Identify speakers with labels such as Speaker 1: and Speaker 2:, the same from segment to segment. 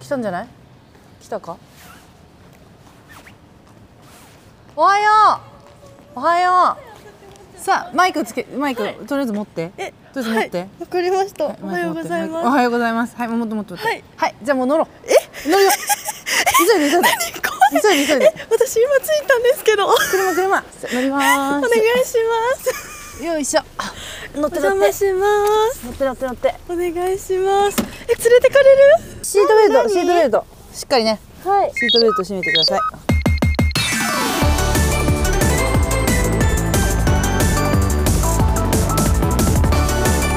Speaker 1: 来たんじゃない来たかおはようおはようさあマイクつけマイク、とりあえず持って
Speaker 2: え
Speaker 1: とりあえず持って、
Speaker 2: はい、わかりました。おは
Speaker 1: マイ
Speaker 2: よ
Speaker 1: ク持っ
Speaker 2: うご
Speaker 1: て
Speaker 2: ざ
Speaker 1: マイ
Speaker 2: い
Speaker 1: クお
Speaker 2: ま
Speaker 1: はようございますはいもっともっともっと
Speaker 2: はい。
Speaker 1: はいじゃあもう乗ろうえ乗るよ急いで急いで急いで急いです
Speaker 2: 私今着いたんですけど、お
Speaker 1: 車車乗りま
Speaker 2: 願いします。
Speaker 1: すよいしょあ乗っ
Speaker 2: お
Speaker 1: て乗っ
Speaker 2: 邪
Speaker 1: て
Speaker 2: 魔します。
Speaker 1: 乗って乗って乗って
Speaker 2: お願いします。え、連れてかれる？
Speaker 1: シートベルト
Speaker 2: 何
Speaker 1: シートベルトしっかりね
Speaker 2: はい。
Speaker 1: シートベルト締めてください
Speaker 3: せーの15歳なの私た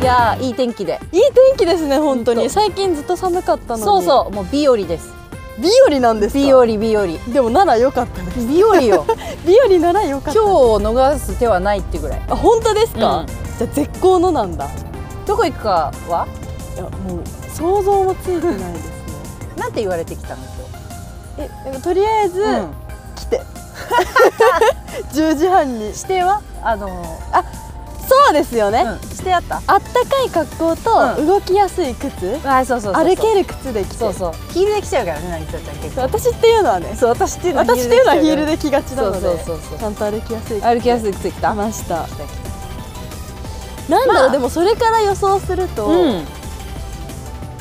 Speaker 3: ち
Speaker 1: いやーいい天気で
Speaker 2: いい天気ですね本当
Speaker 1: ほん
Speaker 2: に。
Speaker 1: と
Speaker 2: 最近ずっと寒かったのに。
Speaker 1: そうそうもう日和です
Speaker 2: う。日和なんですか。
Speaker 1: 日和日和日
Speaker 2: でもなら良かったです。
Speaker 1: 和よ
Speaker 2: 日和なら良 か
Speaker 1: 今
Speaker 2: っ
Speaker 1: 日
Speaker 2: た。
Speaker 1: を逃す手はないってぐらい
Speaker 2: あ本当ですか、
Speaker 1: うん
Speaker 2: じゃあ絶好のなんだ。
Speaker 1: どこ行くかはい
Speaker 2: やもう想像もついてないですね。
Speaker 1: なんて言われてきたの
Speaker 2: え、でもとりあえず、
Speaker 1: 今日、うん、
Speaker 2: 来て。10時半に。
Speaker 1: 指定はあの
Speaker 2: そうですよね。
Speaker 1: ー、うん、指定あった
Speaker 2: あったかい格好と
Speaker 1: うん
Speaker 2: 動きやすい靴、
Speaker 1: あそうそうそうそう
Speaker 2: 歩ける靴で着て
Speaker 1: そうそうヒールで来ちゃうからね成田ちゃん結構
Speaker 2: 私っていうのはね
Speaker 1: そう私っていうのは
Speaker 2: 私っていうのはヒール
Speaker 1: で
Speaker 2: で着がちなので
Speaker 1: そうそうそうそう
Speaker 2: ちゃんと歩きやす
Speaker 1: 来ちゃう
Speaker 2: い
Speaker 1: から歩きやす
Speaker 2: い
Speaker 1: い靴着
Speaker 2: 着
Speaker 1: た
Speaker 2: ましたなんだろう、
Speaker 1: まあ
Speaker 2: でもそれから予想すると、
Speaker 1: うん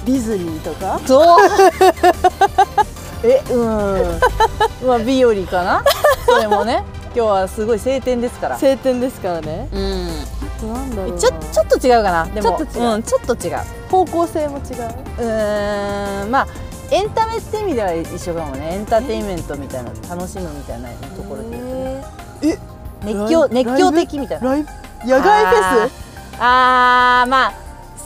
Speaker 2: ディズニーとか
Speaker 1: そうえうんまあ日和かなそれもね今日はすごい晴天ですから
Speaker 2: 晴天ですからね
Speaker 1: うん
Speaker 2: あとなんだろうな
Speaker 1: ちょちょっと違うかなでも、
Speaker 2: ちょっと違うん
Speaker 1: ちょっと違う
Speaker 2: 方向性も違う
Speaker 1: うーんまあエンタメって意味では一緒かもねエンターテインメントみたいな楽しむみたいなところで言うとね
Speaker 2: え
Speaker 1: 熱狂
Speaker 2: ライブ
Speaker 1: 熱狂的みたいな
Speaker 2: ライブ野外フェス
Speaker 1: あーあーまあ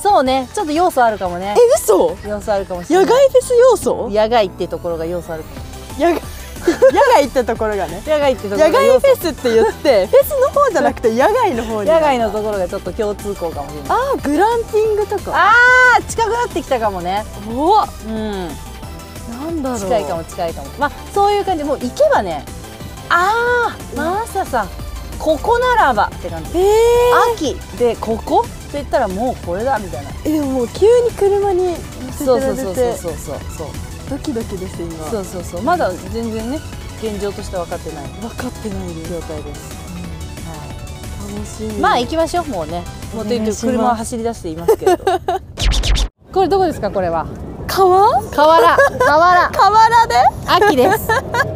Speaker 1: そうねちょっと要素あるかもね
Speaker 2: え嘘
Speaker 1: 要素あるかもしれ
Speaker 2: 野
Speaker 1: ない
Speaker 2: 外フェス要素
Speaker 1: 野外ってところが要素あるかも
Speaker 2: 野外 野外ってところがね
Speaker 1: 野外ってところが
Speaker 2: 野
Speaker 1: 要
Speaker 2: 外
Speaker 1: 素
Speaker 2: フェスって言ってフェスの方じゃなくて野外の方に
Speaker 1: 野外のところがちょっと共通項かもしれない
Speaker 2: あーグランピングとか
Speaker 1: あー近くなってきたかもね
Speaker 2: お
Speaker 1: うん
Speaker 2: なんだろう
Speaker 1: 近いかも近いかもまあそういう感じもう行けばねああマーサさんここならばって感じ
Speaker 2: えー、
Speaker 1: 秋でここって言ったらもうこれだみたいな
Speaker 2: えでももう急に車に乗せて
Speaker 1: そうそ
Speaker 2: ら
Speaker 1: うそ
Speaker 2: れ
Speaker 1: うそう
Speaker 2: て
Speaker 1: そうそうそう
Speaker 2: ドキドキです今
Speaker 1: そうそうそうまだ全然ね現状としては分かってない
Speaker 2: 分かってないです
Speaker 1: 状態です、は
Speaker 2: 楽し
Speaker 1: い
Speaker 2: み
Speaker 1: まあ行きましょうもうねもうとにかく
Speaker 2: お願いし
Speaker 1: 車
Speaker 2: ます
Speaker 1: は走り出していますけれどこれどこですかこれは
Speaker 2: 川
Speaker 1: 河原河原
Speaker 2: 河原で
Speaker 1: 秋です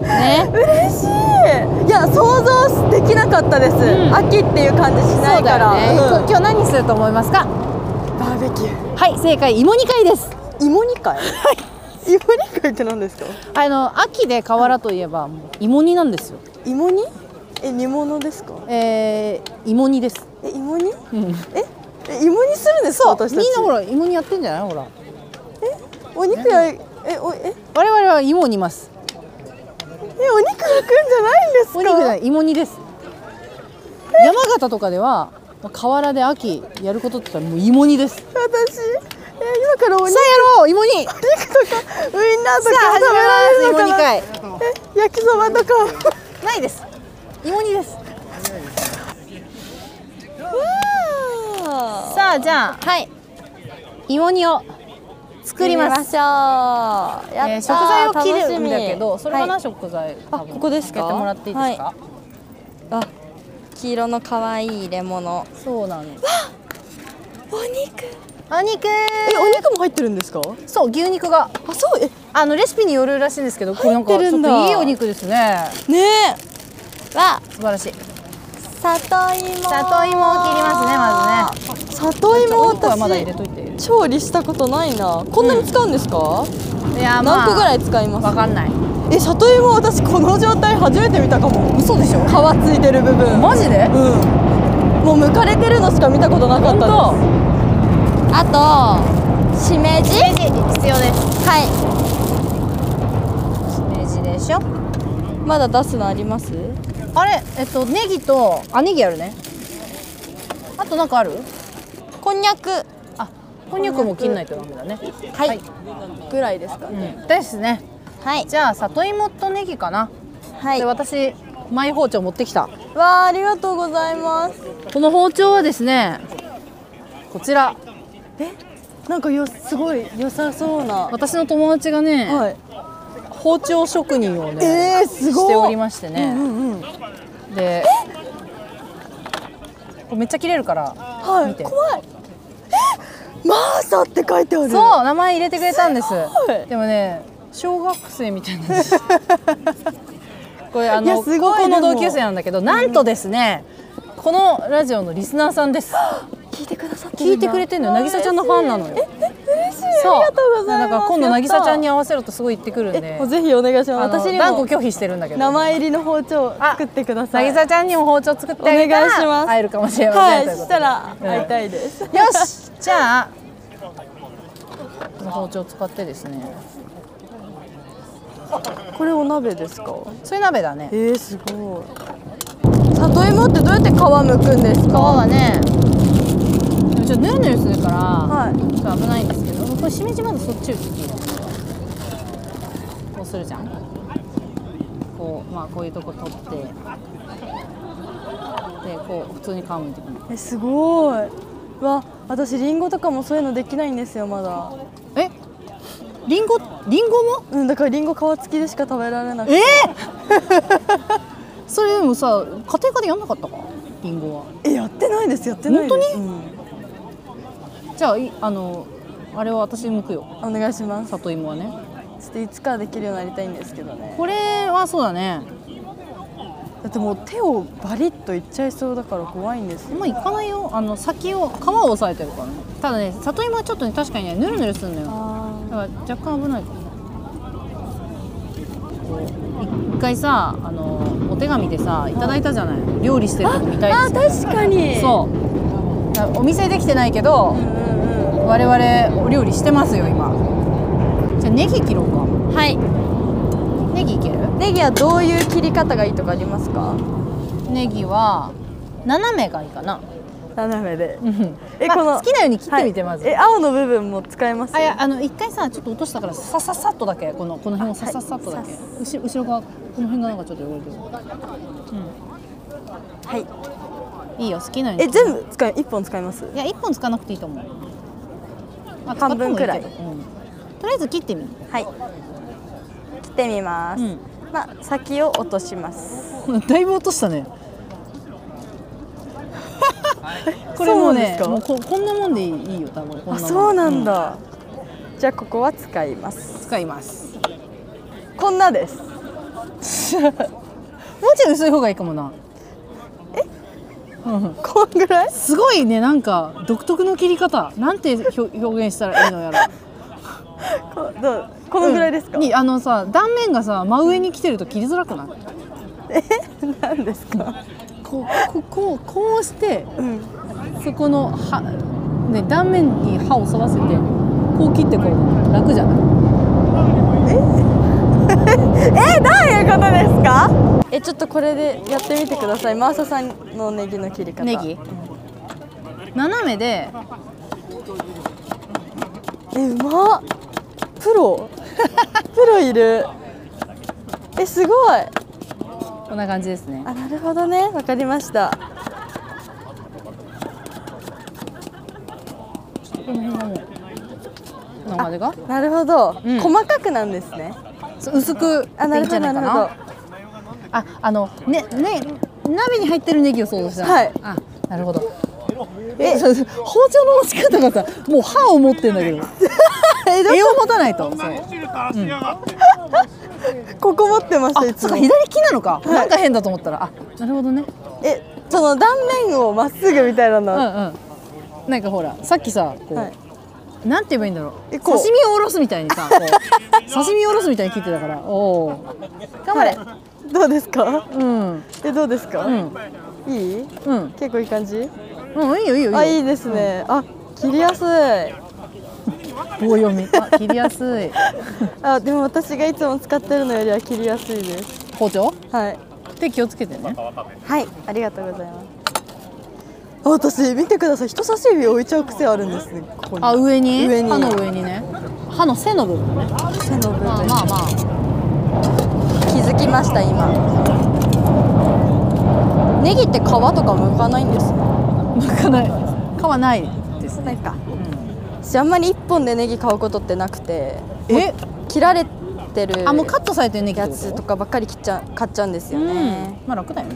Speaker 1: ね
Speaker 2: 嬉しいいや想像できなかったです、
Speaker 1: ん
Speaker 2: 秋っていう感じしないから
Speaker 1: そう
Speaker 2: うん
Speaker 1: 今日何すると思いますか
Speaker 2: バーベキュ
Speaker 1: はい正解芋煮会です
Speaker 2: ー芋煮会芋煮会って何ですか
Speaker 1: あの秋で河原といえばもう芋煮なんですよ
Speaker 2: 芋煮え煮物ですか
Speaker 1: えー、芋煮です
Speaker 2: え芋煮
Speaker 1: うん
Speaker 2: ええ芋煮するんですか
Speaker 1: そう
Speaker 2: 私
Speaker 1: みん
Speaker 2: た
Speaker 1: な
Speaker 2: ち
Speaker 1: ほら芋煮やってんじゃないほら
Speaker 2: お肉やえおえ
Speaker 1: 我々は芋を煮ます
Speaker 2: えお肉焼くんじゃないんですか
Speaker 1: お肉じゃない芋煮です山形とかではまあ河原で秋やることって言ったらもう芋煮ですさ
Speaker 2: 私え今からお
Speaker 1: あ
Speaker 2: 肉
Speaker 1: やろう芋煮 さ
Speaker 2: お肉とかウインナーとか
Speaker 1: あ
Speaker 2: 食べられ
Speaker 1: 始
Speaker 2: る
Speaker 1: めます
Speaker 2: の
Speaker 1: 芋
Speaker 2: か
Speaker 1: 煮
Speaker 2: な
Speaker 1: 会
Speaker 2: え焼きそばとか
Speaker 1: ないです芋煮ですさあじゃあはい芋煮を作ります
Speaker 2: しょうや
Speaker 1: えー食材を切るんだけどそれは何食材、多分
Speaker 4: あここですか
Speaker 1: 開けてもらっていいですか、
Speaker 4: はあ、黄色の可愛い入れ物。
Speaker 1: そうなんです
Speaker 2: お肉
Speaker 1: お肉
Speaker 2: えお肉も入ってるんですか
Speaker 1: そう牛肉が
Speaker 2: あそうえ
Speaker 1: あのレシピによるらしいんですけどこれなんか
Speaker 4: 入って
Speaker 1: ち
Speaker 4: る
Speaker 1: ょっ
Speaker 4: んだ
Speaker 1: といいお肉ですね
Speaker 4: ねえ。は、
Speaker 1: 素晴らしい
Speaker 4: 里芋。
Speaker 1: 里芋を切りますねまずね
Speaker 2: 里芋
Speaker 1: お肉はまだ入れ
Speaker 2: 私
Speaker 1: といてい
Speaker 4: 調理したことないな。こんなに使うんですか？
Speaker 1: や
Speaker 4: 何個ぐら
Speaker 1: い
Speaker 4: い使います？
Speaker 1: わかんない
Speaker 2: え里芋私この状態初めて見たかも
Speaker 1: 嘘でしょ
Speaker 2: 皮ついてる部分
Speaker 1: マジで
Speaker 2: うんもう剥かれてるのしか見たことなかったです
Speaker 4: あと、しめじ。
Speaker 1: レジ必要です
Speaker 4: は
Speaker 1: レジでしょ
Speaker 4: い。まだ出すのあります？
Speaker 1: あれえっとネギとあネギあるねあとなんかある
Speaker 4: こんにゃく。
Speaker 1: あこんにゃくも切んないとダメだね
Speaker 4: はい。ぐらいですか
Speaker 1: う
Speaker 4: ね。
Speaker 1: んですね
Speaker 4: はい。
Speaker 1: じゃあ里芋とネギかな、
Speaker 4: はい
Speaker 1: で。私マイ包丁持ってきた
Speaker 4: わあ、ありがとうございます。
Speaker 1: この包丁はですねこちら
Speaker 2: なんかよすごい良さそうな。
Speaker 1: 私の友達がね、
Speaker 2: はい。
Speaker 1: 包丁職人をね、
Speaker 2: えー、すごい。
Speaker 1: しておりましてね、
Speaker 2: うんうん。
Speaker 1: でこれめっちゃ切れるから
Speaker 2: は
Speaker 1: 見
Speaker 2: い。
Speaker 1: て
Speaker 2: 怖い。えマーサって書いてある。
Speaker 1: そう名前入れてくれたんです
Speaker 2: ごい
Speaker 1: でもね小学生みた いなんですこれあ
Speaker 2: いや
Speaker 1: の
Speaker 2: す
Speaker 1: 高
Speaker 2: ごい
Speaker 1: 校の
Speaker 2: でも
Speaker 1: 同級生なんだけどなんとですね、このラジオのリスナーさんです
Speaker 2: 聞いてくださってる
Speaker 1: 聞
Speaker 2: んだ
Speaker 1: いてくれてんのよ渚ちゃんのファンなのよ
Speaker 2: 嬉しい。
Speaker 1: そう
Speaker 2: ありがとうございま
Speaker 1: だ
Speaker 2: す。
Speaker 1: から今度渚ちゃんに
Speaker 2: やっ
Speaker 1: 合わせろとすごい言ってくるん
Speaker 2: た
Speaker 1: で
Speaker 2: もうぜひお願いします。
Speaker 1: 私
Speaker 2: 私
Speaker 1: に
Speaker 2: に
Speaker 1: 断固
Speaker 2: も
Speaker 1: 拒否してるんだけど
Speaker 2: 名前入りの包丁作ってください。
Speaker 1: 渚ちゃんにも包丁作ってあげた
Speaker 2: お願いしま
Speaker 1: ら
Speaker 2: す
Speaker 1: 会えるかもしれま
Speaker 2: は
Speaker 1: せん
Speaker 2: い。
Speaker 1: と
Speaker 2: そう
Speaker 1: こ
Speaker 2: し
Speaker 1: とで
Speaker 2: たら
Speaker 1: うん
Speaker 2: 会いたいです。
Speaker 1: よしじゃあこの包丁使ってですね
Speaker 2: これお鍋ですか。
Speaker 1: そういう鍋だね
Speaker 2: えー、すごい。里芋ってどうやって皮むくんです
Speaker 1: 皮
Speaker 2: か。
Speaker 1: はねでもちょっとヌルヌルするから、
Speaker 2: はい
Speaker 1: ちょっと危ないんですけどこれしめじまずそっち打つっていいのこうするじゃんこうまあこういうとこ取ってでこう普通に皮むいていくの
Speaker 2: えすごい。わ、私リンゴとかもそういうのできないんですよまだ。
Speaker 1: えリンゴリンゴも
Speaker 2: うんだからリンゴ皮付きでしか食べられなくて。
Speaker 1: え それでもさ家庭科でやんなかったかリンゴは
Speaker 2: えやってないですやってないです。本
Speaker 1: じゃあいあのあれは私剥くよ
Speaker 2: 当に？お願いします。ちょ
Speaker 1: 里芋はね
Speaker 2: っといつかできるようになりたいんですけどね。
Speaker 1: これはそうだね
Speaker 2: だってもう手をバリッといっちゃいそうだから怖いんですよ。
Speaker 1: まあ、いかないよあの先を皮を押さえてるからねただね里芋はちょっとね確かにねぬるぬるすんのよ
Speaker 2: あ
Speaker 1: だから若干危ないかもこう一回さあのお手紙でさいただいたじゃない、料理してるのみたい
Speaker 2: あ
Speaker 1: です
Speaker 2: 確かに。
Speaker 1: そうだからお店できてないけど
Speaker 2: う。うん
Speaker 1: 我々お料理してますよ今じゃあネギ切ろう
Speaker 2: うん。はい。
Speaker 1: かネギいける
Speaker 2: ネギはどういう切り方がいいとかありますか？
Speaker 1: ネギは斜めがいいかな
Speaker 2: 斜めで。
Speaker 1: え
Speaker 2: え
Speaker 1: こ
Speaker 2: こ
Speaker 1: の
Speaker 2: の
Speaker 1: 好きなように切ってみてまず、
Speaker 2: はいえ青の部分も使えます
Speaker 1: あいやあの一回さちょっと落としたからさささっとだけこのこの辺をさささっとだけ、
Speaker 2: はい
Speaker 1: 後ろ後ろ側この辺がなんかちょっと汚れてる、
Speaker 2: はい
Speaker 1: うん、いいよ好きなように
Speaker 2: え全部使い一本使います
Speaker 1: いや一本使わなくていいと思う、まあ
Speaker 2: 半分くらい
Speaker 1: 使ってもいいけどうんとりあえず切ってみる、
Speaker 2: はい切ってみます、まあ先を落とします
Speaker 1: うん、 だいぶ落としたね これもうね
Speaker 2: そう
Speaker 1: もう
Speaker 2: な
Speaker 1: ん
Speaker 2: です
Speaker 1: ここんなもんでいいいいよ多分こんなも
Speaker 2: あ
Speaker 1: ん
Speaker 2: そうなん
Speaker 1: う
Speaker 2: だ、じゃあここは使います
Speaker 1: 使います
Speaker 2: こんなです
Speaker 1: もうちょい薄い方がいいかもなえ、うん
Speaker 2: こんぐらい
Speaker 1: すごいねなんか独特の切り方なんて表表現したらいいのやら
Speaker 2: こどうこのぐらいですか、
Speaker 1: にあのさ断面がさ真上に来てると切りづらくない
Speaker 2: 何ですか
Speaker 1: こうこうこうこうして
Speaker 2: うん
Speaker 1: そこの歯、ね、断面に歯を沿わせてこう切ってこう楽じゃない
Speaker 2: えどういうことですかえちょっとこれでやってみてくださいマーサさんのネギの切り方
Speaker 1: ネギ斜めで
Speaker 2: えうまっプロプロいるえすごい
Speaker 1: こんな感じですね
Speaker 2: あなるほどねわかりました
Speaker 1: この辺がもうこのまでが
Speaker 2: なるほど、
Speaker 1: うん
Speaker 2: 細かくなんですね
Speaker 1: そう薄く
Speaker 2: あ
Speaker 1: で
Speaker 2: ない
Speaker 1: いんじ
Speaker 2: るほ
Speaker 1: ゃ
Speaker 2: ど
Speaker 1: な
Speaker 2: ない
Speaker 1: か
Speaker 2: るほ
Speaker 1: な
Speaker 2: ど
Speaker 1: あ、あの、ね、ね、鍋に入ってるネギを想像したの。
Speaker 2: はい
Speaker 1: あ、なるほど。え、そうです包丁の持ち方がさ、もう歯を持ってんだけ ど。栄を持たないと。そう。
Speaker 2: ここ持ってましたい
Speaker 1: あ、
Speaker 2: つ
Speaker 1: そうか、
Speaker 2: も
Speaker 1: 左利きなのか。
Speaker 2: い
Speaker 1: なんか変だと思ったら、あ、なるほどね。
Speaker 2: えその断面をまっすぐみたいなの
Speaker 1: う
Speaker 2: は、
Speaker 1: んうん。なんかほら、さっきさ、こう。
Speaker 2: はい
Speaker 1: なんて言えばいいんだろう
Speaker 2: えこう
Speaker 1: 刺身をおろすみたいにさこ う刺身をおろすみたいに切ってたからおお頑張れ、
Speaker 2: どうですか
Speaker 1: うん
Speaker 2: えどうですか、
Speaker 1: うん
Speaker 2: いい
Speaker 1: うん
Speaker 2: 結構いい感じ
Speaker 1: うんいいよいいよいいよ
Speaker 2: あいいですね、あ切りやすい
Speaker 1: 棒読みあ切りやすい
Speaker 2: あでも私がいつも使ってるのよりは切りやすいです
Speaker 1: 包丁
Speaker 2: はい
Speaker 1: 手気をつけてね
Speaker 2: はい、ありがとうございます。あ私見てください。人差し指置いちゃう癖あるんですね。ここに
Speaker 1: あ上に
Speaker 2: 上に
Speaker 1: 歯の上にね歯の背の部分ね
Speaker 2: 背の部分、
Speaker 1: まあまあまあ
Speaker 2: 気づきました今。ネギって皮とか剥かないんですね。
Speaker 1: 向かない皮ないです
Speaker 2: な
Speaker 1: ね
Speaker 2: いか
Speaker 1: うん
Speaker 2: 私あんまり一本でネギ買うことってなくて
Speaker 1: え
Speaker 2: 切られてる
Speaker 1: あもうカットされてるね
Speaker 2: やつとかばっかり切っちゃ買っちゃうんですよ
Speaker 1: う
Speaker 2: ね
Speaker 1: ん、まあ楽だよね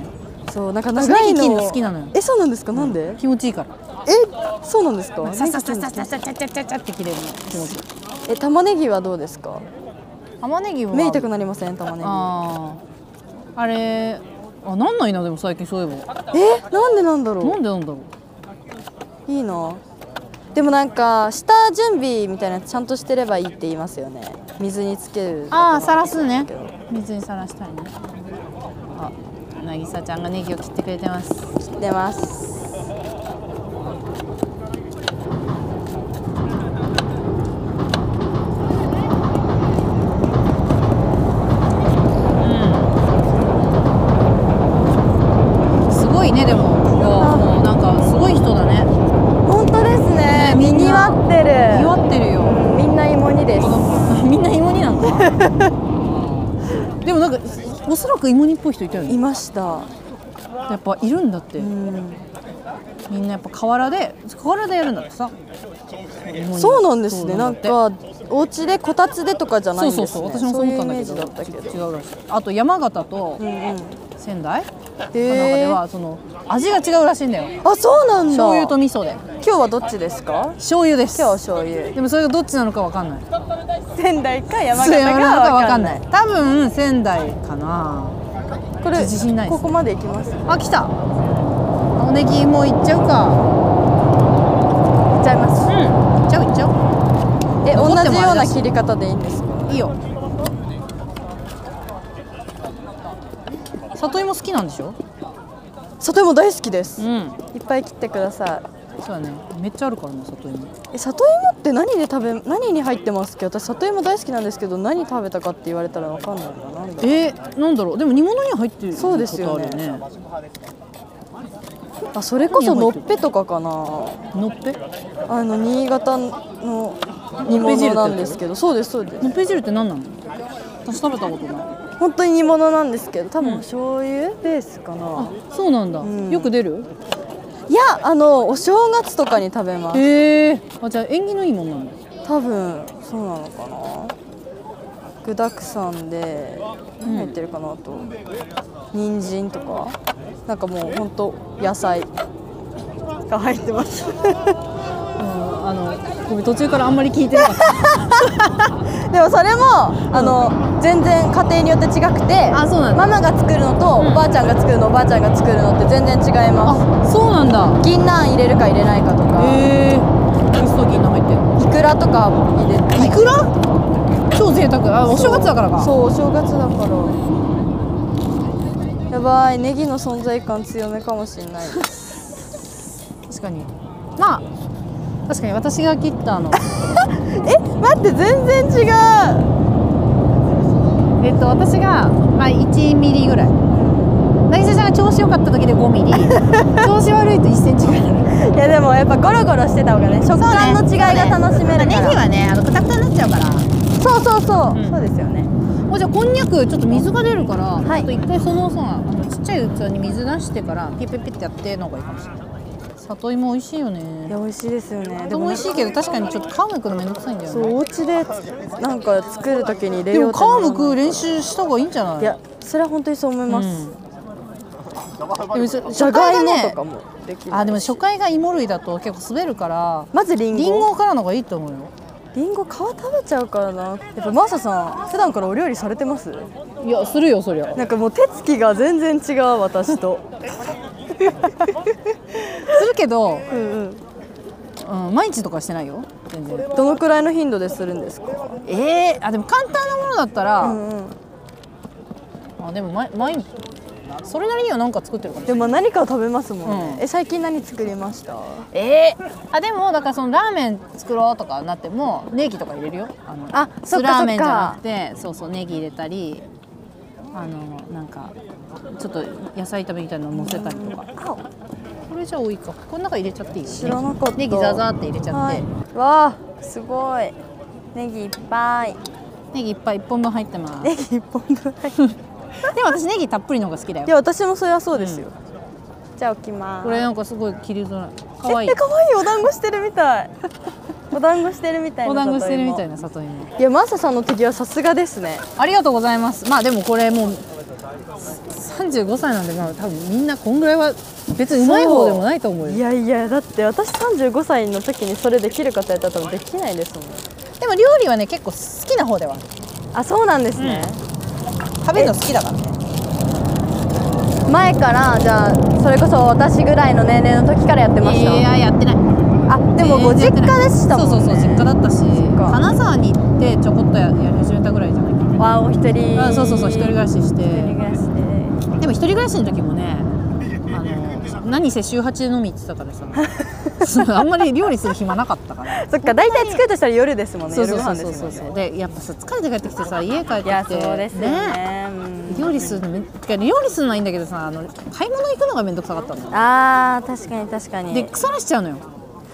Speaker 2: そうなんか長い
Speaker 1: 私ネギ切る
Speaker 2: の
Speaker 1: の好きなのよ
Speaker 2: えそうなんですかなんで、え
Speaker 1: 気持ちいいから
Speaker 2: そうなんですか
Speaker 1: ささ
Speaker 2: ネギ切
Speaker 1: さ
Speaker 2: るの
Speaker 1: さささちゃちゃちゃちゃって切れるの気持ちいい
Speaker 2: え玉ねぎはどうですか
Speaker 1: 玉ねぎは
Speaker 2: 目痛くなりません玉ね
Speaker 1: あああれあなんないなでも最近そういえば
Speaker 2: ぎえなんでなんだろ
Speaker 1: なんでなんだろう
Speaker 2: ういいなでもなんか下準備みたいなのちゃんとしてればいいって言いますよね水につける
Speaker 1: ああさらすね水にさらしたいねあなぎさちゃんがネギを切ってくれてます
Speaker 2: 切ってます
Speaker 1: すごいねでもいやもうなんかすごい人だね
Speaker 2: 本当ですね
Speaker 1: み
Speaker 2: み
Speaker 1: ん
Speaker 2: に
Speaker 1: な
Speaker 2: わってる
Speaker 1: にぎわってるよ
Speaker 2: うんみんな芋煮です
Speaker 1: みんな芋煮なんだでもなんかおそらく芋煮っぽい人いたよ
Speaker 2: い
Speaker 1: ね
Speaker 2: ました
Speaker 1: やっぱいるんだって
Speaker 2: うん
Speaker 1: みんなやっぱ河原で河原でやるんだってさ
Speaker 2: そうなんですね
Speaker 1: そう
Speaker 2: な
Speaker 1: なんんだって
Speaker 2: かお家でこたつでとかじゃな
Speaker 1: そ
Speaker 2: い
Speaker 1: うんそ
Speaker 2: で
Speaker 1: う
Speaker 2: す
Speaker 1: そう私も
Speaker 2: ね
Speaker 1: そう思ったんだ
Speaker 2: い
Speaker 1: け
Speaker 2: うイメージだったけど
Speaker 1: ど違うらしいあと山形と
Speaker 2: うんうん
Speaker 1: 仙台の中で
Speaker 2: へえ
Speaker 1: はその味が違うらしいんだよ
Speaker 2: あそうなんだ
Speaker 1: 醤油と味噌で
Speaker 2: 今日はどっちですか
Speaker 1: 醤油です
Speaker 2: 今日は醤油
Speaker 1: でもそれがどっちなのかわかんない
Speaker 2: 仙台か山
Speaker 1: そう
Speaker 2: 形
Speaker 1: 山
Speaker 2: か
Speaker 1: 形なのか
Speaker 2: わ
Speaker 1: わ
Speaker 2: か
Speaker 1: か
Speaker 2: ん
Speaker 1: ん
Speaker 2: な
Speaker 1: ないい多分仙台かな
Speaker 2: これ
Speaker 1: 自信ないです
Speaker 2: ここまで行きます行
Speaker 1: あ来たおネギもういっちゃうか
Speaker 2: っちゃいます
Speaker 1: うんいっちゃういっちゃう
Speaker 2: え同
Speaker 1: 残ってもあれだし
Speaker 2: じような切り方でいいんですか
Speaker 1: いいよ里芋好きなんでしょ
Speaker 2: 里芋大好きです
Speaker 1: ん
Speaker 2: いっぱい切ってくださ
Speaker 1: そうだねめっちゃあるからね里芋
Speaker 2: いえ里芋って何で食べ何に入ってますっけ私里芋大好きなんですけど何食べたかって言われたらわかんないななんだ
Speaker 1: えー、なんだろうでも煮物には入ってる
Speaker 2: そうですよね
Speaker 1: ことあるよね
Speaker 2: あそれこそ
Speaker 1: 何
Speaker 2: の
Speaker 1: 入
Speaker 2: っ
Speaker 1: ってる
Speaker 2: ぺとかかな
Speaker 1: のっぺ
Speaker 2: あの新潟の煮物なんですけどそうですそうです
Speaker 1: のっぺ汁って何なの私食べたことない
Speaker 2: 本当に煮物なんですけど多
Speaker 1: う
Speaker 2: 分
Speaker 1: ん
Speaker 2: 醤油ベースかな、
Speaker 1: そうなんだ、
Speaker 2: ん
Speaker 1: よく出る
Speaker 2: いやあのお正月とかに食べます
Speaker 1: へえあじゃあ縁起のいいもんなんだ
Speaker 2: 多分そうなのかな具だくさんで何入ってるかなあと、人参とかなんかもう本当野菜が入ってます
Speaker 1: うんあのごめん途中からあんまり聞いてなかった
Speaker 2: でもそれもあの全然家庭によって違くて
Speaker 1: あそうなんだ
Speaker 2: ママが作るのと
Speaker 1: うん
Speaker 2: おばあちゃんが作るのおばあちゃんが作るのって全然違います
Speaker 1: あそうなんだ
Speaker 2: 銀杏入れるか入れないかとか
Speaker 1: へえウストギンの入ってる
Speaker 2: いくらとか入れて
Speaker 1: いくら超贅沢あお正月だからか
Speaker 2: そうお正月だからやばいネギの存在感強めかもしれないです
Speaker 1: 確かにまあ確かに私が切ったあの
Speaker 2: え待って全然違う
Speaker 1: えっと私が、まあ、1ミリぐらい渚ちゃんが調子良かった時で5ミリ 調子悪いと1センチぐらい
Speaker 2: いやでもやっぱゴロゴロしてた方がね食感の違いが楽しめるから
Speaker 1: はねあのくたくたになっちゃうから
Speaker 2: そうそうそう、
Speaker 1: うん
Speaker 2: そうですよね
Speaker 1: あじゃあこんにゃくちょっと水が出るから、ちょ
Speaker 2: い
Speaker 1: っと一回そのさあのちっちゃい器に水出してからピッピッピッってやっての方がいいかもしれない里芋美味しいよ
Speaker 2: い
Speaker 1: ね
Speaker 2: や美味しいですよねで
Speaker 1: 里芋美
Speaker 2: もね
Speaker 1: 味しいけど確かにちょっと皮むくのめんどくさいんだよ
Speaker 2: そう
Speaker 1: ね
Speaker 2: お家でなんか作る時に入れ
Speaker 1: で
Speaker 2: よう
Speaker 1: も
Speaker 2: ってなら
Speaker 1: 皮
Speaker 2: ない
Speaker 1: むく練習した方がいいんじゃない
Speaker 2: いやそれは本当にそう思います、
Speaker 1: うんでもそ
Speaker 2: じゃが
Speaker 1: 初回が
Speaker 2: いもとか
Speaker 1: ね
Speaker 2: もできる
Speaker 1: あでも初回が芋類だと結構滑るから
Speaker 2: まずリンゴ
Speaker 1: リンゴからの方がいいと思うよ
Speaker 2: リンゴ皮食べちゃうからなやっぱマーサさん普段からお料理されてます
Speaker 1: いやするよそりゃ
Speaker 2: なんかもう手つきが全然違う私と
Speaker 1: するけど、
Speaker 2: うん、うん、
Speaker 1: うん、毎日とかしてないよ全然
Speaker 2: どのくらいの頻度でするんですか
Speaker 1: えー、あでも簡単なものだったら、
Speaker 2: うんうん
Speaker 1: あでも毎毎日それなりには何か作ってるかもし
Speaker 2: で
Speaker 1: れ
Speaker 2: もまあ何かを食べますもんね、
Speaker 1: うん
Speaker 2: え最近何作りました
Speaker 1: ないえー、あでもだからそのラーメン作ろうとかなってもネギとか入れるよあの
Speaker 2: あそっかそっか
Speaker 1: 酢ラーメンじゃなくてそうそうネギ入れたりあのなんかちょっと野菜炒めみたいなの乗せたりとか
Speaker 2: あ
Speaker 1: これじゃ多いかこの中入れちゃっていいよ、ね、
Speaker 2: 知らなかった
Speaker 1: ネギザザーって入れちゃっ
Speaker 2: は
Speaker 1: て、
Speaker 2: いわあすごいネギいっぱい
Speaker 1: ネギいっぱい1本分入ってます
Speaker 2: ネギ一本 分入って
Speaker 1: でも私ネギたっぷりの方が好きだよ
Speaker 2: いや私もそれはそうですよ、じゃあ置きます
Speaker 1: これなんかすごい切りづらいかわいい
Speaker 2: え可愛いお団子してるみた いお団子してるみたいな
Speaker 1: お団子してるみたい
Speaker 2: な
Speaker 1: な里芋
Speaker 2: いやマサさんの敵はさすがですね
Speaker 1: ありがとうございますまあでもこれもう35歳なんでまあ多分みんなこんぐらいは別にうまい方でもないと思うよ
Speaker 2: いやいやだって私35歳の時にそれできる方やったら多分できないですもん
Speaker 1: でも料理はね結構好きな方ではある
Speaker 2: あそうなんですね、
Speaker 1: 食べるの好きだからね
Speaker 2: 前からじゃあそれこそ私ぐらいの年齢の時からやってました、
Speaker 1: ややってない
Speaker 2: あでもご実家でしたもんね
Speaker 1: そうそうそう実家だったし
Speaker 2: か
Speaker 1: 金沢に行ってちょこっとややり始めたぐらいじゃないかな
Speaker 2: わお一人
Speaker 1: あそうそうそう一人暮らしして
Speaker 2: 一人暮らしで
Speaker 1: でも一人暮らしの時もねあの何せ週8で飲み行ってたからさそう あんまり料理する暇なかったから
Speaker 2: そっか大体作るとしたら夜ですもんね
Speaker 1: そう
Speaker 2: 夜
Speaker 1: そ
Speaker 2: ご
Speaker 1: うそ
Speaker 2: 飯
Speaker 1: う
Speaker 2: で
Speaker 1: そう
Speaker 2: す
Speaker 1: そ
Speaker 2: も
Speaker 1: うんそ
Speaker 2: ね
Speaker 1: うでやっぱさ疲れて帰ってきてさ家帰ってきて
Speaker 2: いやそうですよねうん
Speaker 1: 料理するのめてか料理するのはいいんだけどさあの買い物行くのがめんどくさかったんだよ
Speaker 2: あー確かに確かに
Speaker 1: で腐らしちゃうのよ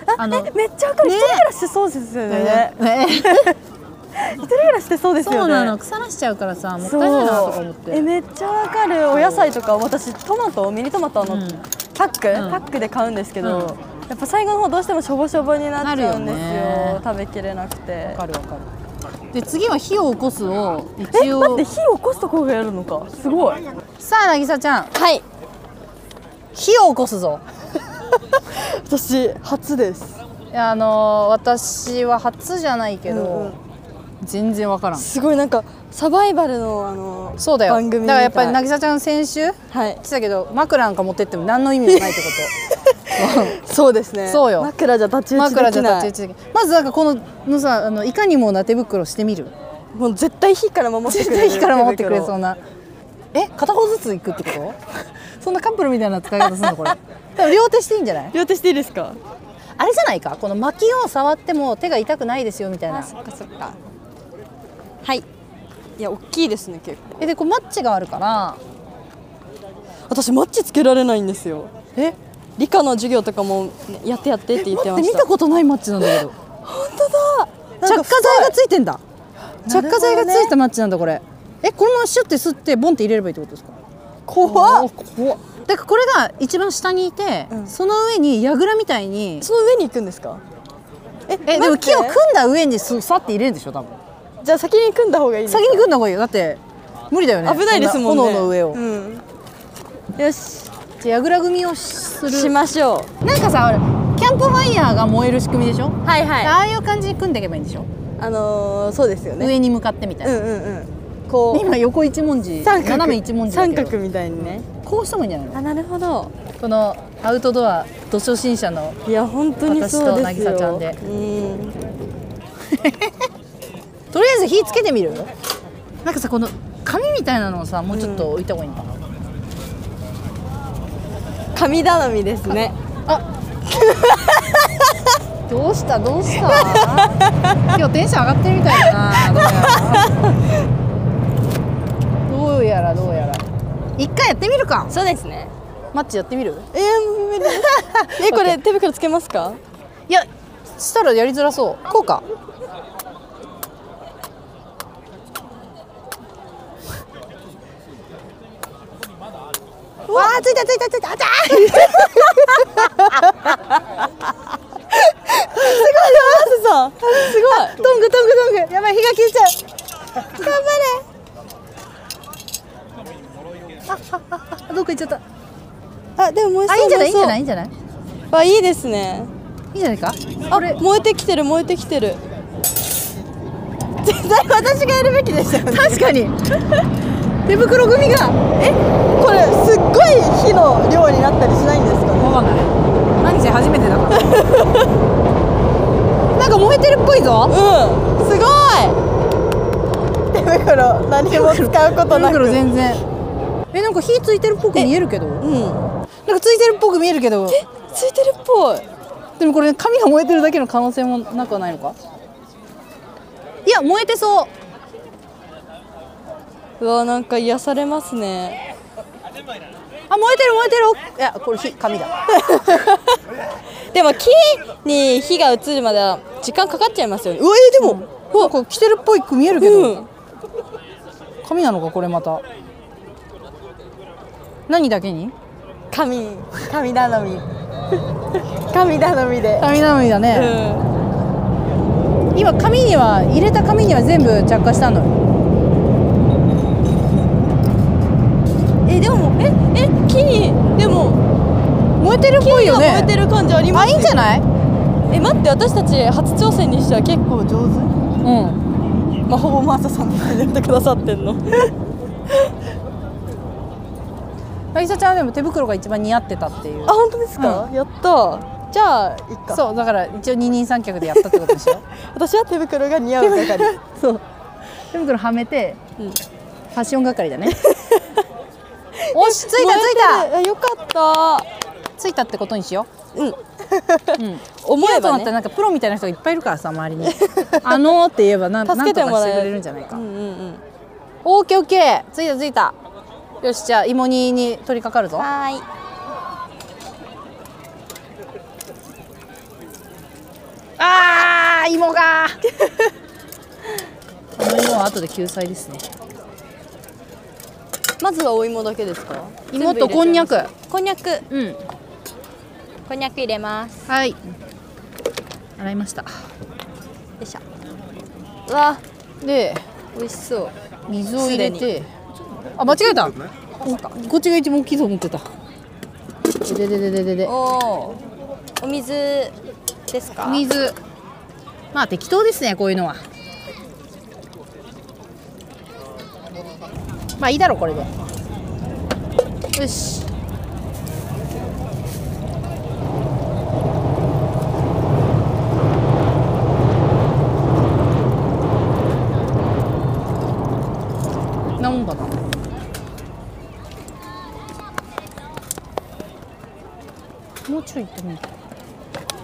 Speaker 1: あ
Speaker 2: あ
Speaker 1: の
Speaker 2: えめっちゃわかる、
Speaker 1: ね
Speaker 2: 一人暮らしそうですよね一人暮らしってそうですよね
Speaker 1: そうなの腐らしちゃうからさもったいないなとか思っ
Speaker 2: そうえ
Speaker 1: て
Speaker 2: めっちゃわかるお野菜とか私トマトミニトマトあの、
Speaker 1: うん
Speaker 2: パック、
Speaker 1: ん
Speaker 2: パックで買うんですけ
Speaker 1: うん
Speaker 2: ど、やっぱ最後の方どうしてもしょぼしょぼになっちゃうんですよ
Speaker 1: なるよね
Speaker 2: 食べきれなくて
Speaker 1: わかるわかるで次は火を起こすを
Speaker 2: え
Speaker 1: 一
Speaker 2: 待っ
Speaker 1: 応
Speaker 2: て火起こすとこがやるのかすごい
Speaker 1: さあ渚ちゃん
Speaker 4: はい
Speaker 1: 火を起こすぞ
Speaker 2: 私初です
Speaker 4: いやあのー私は初じゃないけど、
Speaker 2: うんうん
Speaker 1: 全然わからん
Speaker 2: すごいなんかサバイバルのあの
Speaker 1: そうだよ
Speaker 2: 番組み
Speaker 1: だ
Speaker 2: た
Speaker 1: から
Speaker 2: い
Speaker 1: やっぱり渚ちゃん先週言っ
Speaker 2: はい
Speaker 1: てたけど枕なんか持ってっても何の意味もない ってこ
Speaker 2: そうですね
Speaker 1: そうよ
Speaker 2: 枕じゃ太
Speaker 1: と
Speaker 2: 刀打ち
Speaker 1: 枕じゃ
Speaker 2: できない
Speaker 1: 立ち打ちできないまずなんかこののさあのいかにもな手袋してみる
Speaker 2: もう絶対火から守ってく
Speaker 1: 絶
Speaker 2: れる
Speaker 1: 対火から守ってくれそううなえ片方ずついくってこと そんなカップルみたいな使い方する のこれでも両手していいんじゃない
Speaker 2: 両手していいですか
Speaker 1: あれじゃないかこの薪を触っても手が痛くないですよみたいな
Speaker 4: あそっかそっかはい
Speaker 2: いや大きいですね結構
Speaker 1: えでこうマッチがあるから
Speaker 2: 私マッチつけられないんですよ
Speaker 1: え
Speaker 2: 理科の授業とかもねやってやってって言っ
Speaker 1: 待
Speaker 2: て
Speaker 1: っ
Speaker 2: ま
Speaker 1: て
Speaker 2: し
Speaker 1: 見
Speaker 2: た
Speaker 1: たことないマッチなんだけど
Speaker 2: 本当だ
Speaker 1: 着火剤がついてんだ
Speaker 2: なるほど
Speaker 1: 着
Speaker 2: ね
Speaker 1: 火剤がついたマッチなんだこれえこのままシュッて吸ってボンって入れればいいってことですか
Speaker 2: 怖っ
Speaker 1: おー怖っだからこれが一番下にいて、
Speaker 2: うん
Speaker 1: その上にやぐらみたいに
Speaker 2: その上に行くんですかえ
Speaker 1: えでも木を組ん
Speaker 2: ん
Speaker 1: だ上にすさって入れるんでしょ多分
Speaker 2: じゃあ先に組んだ方がいいです
Speaker 1: 先に組んだ方がいいよだって無理だよね
Speaker 2: 危ないですもんね
Speaker 1: 炎の上を、
Speaker 2: うんよし
Speaker 1: じゃあやぐら組みをする
Speaker 2: しましょ
Speaker 1: なんかさあれキャンプファイヤーが燃える仕組みでしょ、
Speaker 2: うはいは
Speaker 1: ああいう感じに組んでいけばいいんでしょ、
Speaker 2: あのー、そうですよね
Speaker 1: 上に向かってみたいうな、
Speaker 2: んうんうんこう
Speaker 1: 今横一文字
Speaker 2: 三角
Speaker 1: 斜め一文字だけ
Speaker 2: 三
Speaker 1: ど
Speaker 2: 角みたいにね
Speaker 1: こうしたもいいんじゃないの
Speaker 2: あなるほど
Speaker 1: このアウトドア土初心者の
Speaker 2: いや本当にそうですよ
Speaker 1: 私と渚ちゃんで
Speaker 2: うん
Speaker 1: とりあえず火つけてみるなんかさこの紙みたいなのをさもうちょっと置いた方がいいのかな、
Speaker 2: 神頼みですね
Speaker 4: どうしたどうした
Speaker 1: 今日テンション上がってるみたいだなどうやらどうやら一回やってみるか
Speaker 2: そうですね
Speaker 1: マッチやってみる
Speaker 2: えー、無理 えこれ手袋つけますか
Speaker 1: いやしたらやりづらそうこうかわあついたついたついたあたーすごい
Speaker 2: さんすごい
Speaker 1: トングトングトングやばい火が消えちゃう頑張れああああどっか行っちゃった
Speaker 2: あでも燃えそ
Speaker 1: あ
Speaker 2: う
Speaker 1: いいんじゃないいいんじゃないいいいんじゃないい
Speaker 2: あいいですね
Speaker 1: いんじゃないか
Speaker 2: あ燃えてきてる燃えてきてる絶対私がやるべきでしたよね
Speaker 1: 確かに 手袋組が
Speaker 2: えこれすっごい火の量になったりしないんですかね
Speaker 1: わかんない何せ初めてだから なんか燃えてるっぽいぞ
Speaker 2: うんすごい手袋何も使うことなく
Speaker 1: 手袋全然えなんか火ついてるっぽく見えるけどなんか
Speaker 2: うん
Speaker 1: ついてるっぽく見えるけど
Speaker 2: ついてるっぽい
Speaker 1: でもこれ紙が燃えてるだけの可能性もなくはないのかいや燃えてそう
Speaker 2: うわなんか癒されますね
Speaker 1: あ燃えてる燃えてるいやこれ火紙だ
Speaker 2: でも木に火が移るまでは時間かかっちゃいますよねうわえーでも、
Speaker 1: なんか着てるっぽいく見えるけど、
Speaker 2: うん
Speaker 1: 紙なのかこれまた何だけに
Speaker 2: 神神頼み 神頼みで
Speaker 1: 紙なのにだ
Speaker 2: う
Speaker 1: ね、
Speaker 2: ん
Speaker 1: 今紙には入れた紙には全部着火したのよ
Speaker 2: えでもええ木にでも
Speaker 1: 燃えてるっぽい
Speaker 2: 木が
Speaker 1: よね
Speaker 2: 燃えてる感じありま
Speaker 1: あ
Speaker 2: す
Speaker 1: いいんじゃない
Speaker 2: え待って私たち初挑戦にしては結構上手
Speaker 1: うん
Speaker 2: まあほぼマーサさんがやってくださって んの
Speaker 1: 渚ちゃんはでも手袋が一番似合ってたっていう
Speaker 2: あ本当ですか、やったじゃあいっ か
Speaker 1: そうだから一応二人三脚でやったってことでしょ
Speaker 2: 私は手袋が似合う係
Speaker 1: そう 手袋はめて、
Speaker 2: うん
Speaker 1: ファッション係だね おしついたつい
Speaker 2: 燃えてるあよかった
Speaker 1: たついたってことにしよ
Speaker 2: うん
Speaker 1: う、うん、
Speaker 2: 思え
Speaker 1: とな
Speaker 2: ば
Speaker 1: ったら
Speaker 2: ね
Speaker 1: なんかプロみたいな人がいっぱいいるからさ周りに あのーって言えばなん
Speaker 2: 助けても
Speaker 1: なんとかし
Speaker 2: ら
Speaker 1: て
Speaker 2: え
Speaker 1: くれるんじゃないか、
Speaker 2: うんうんうん
Speaker 1: オーケーオーケーついたついたよしじゃあ芋煮に取り掛かるぞ
Speaker 4: はーい
Speaker 1: あー芋 があの芋は後で救済ですね
Speaker 2: まずはお芋だけですか
Speaker 1: 芋とこんにゃく
Speaker 4: こんにゃく
Speaker 1: うん
Speaker 4: こんにゃく入れます
Speaker 1: はい洗いました
Speaker 4: よいしょうわ
Speaker 1: で
Speaker 4: 美味しそう
Speaker 1: 水を入れてあ間違えたこっちが一番大きいと思ってたでででででで
Speaker 4: おおお水ですか
Speaker 1: 水まあ適当ですねこういうのはまあいいだろうこれでよしこんなもんかなもうちょい行ってみよう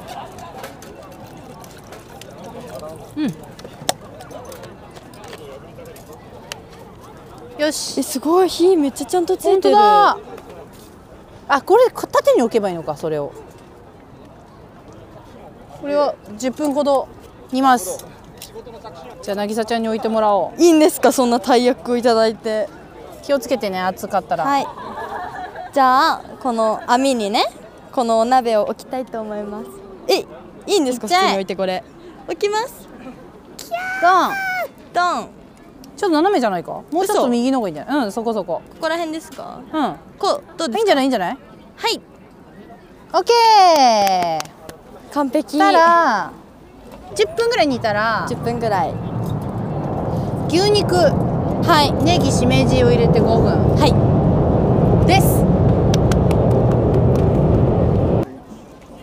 Speaker 1: よし
Speaker 2: えすごい火めっちゃちゃんとつい
Speaker 1: 本
Speaker 2: て
Speaker 1: 当
Speaker 2: る
Speaker 1: だあこれこ縦に置けばいいのかそれをこれを10分ほど煮ますじゃあ渚ちゃんに置いてもらおう
Speaker 2: いいんですかそんな大役をいただいて
Speaker 1: 気をつけてね暑かったら、
Speaker 4: はいじゃあこの網にねこのお鍋を置きたいと思います
Speaker 2: えいいんですか
Speaker 4: ちっちゃ
Speaker 2: 普
Speaker 4: い
Speaker 2: 通に置いてこれ
Speaker 4: 置きます
Speaker 1: ドン
Speaker 4: ドンこ
Speaker 1: ちょっと斜めじゃないかもうちょっと
Speaker 4: 嘘
Speaker 1: 右の方がいいんじゃないうんそこそこ
Speaker 4: こら辺ですか
Speaker 1: うん
Speaker 4: こうどうで
Speaker 1: いい
Speaker 4: す
Speaker 1: んじゃないいいんじゃない
Speaker 4: はい
Speaker 1: オッケー
Speaker 2: 完璧
Speaker 1: したら10分ぐらい煮たら
Speaker 2: 10分ぐらい
Speaker 1: 牛肉
Speaker 4: はい
Speaker 1: ネギしめじを入れて5分
Speaker 4: はい
Speaker 1: です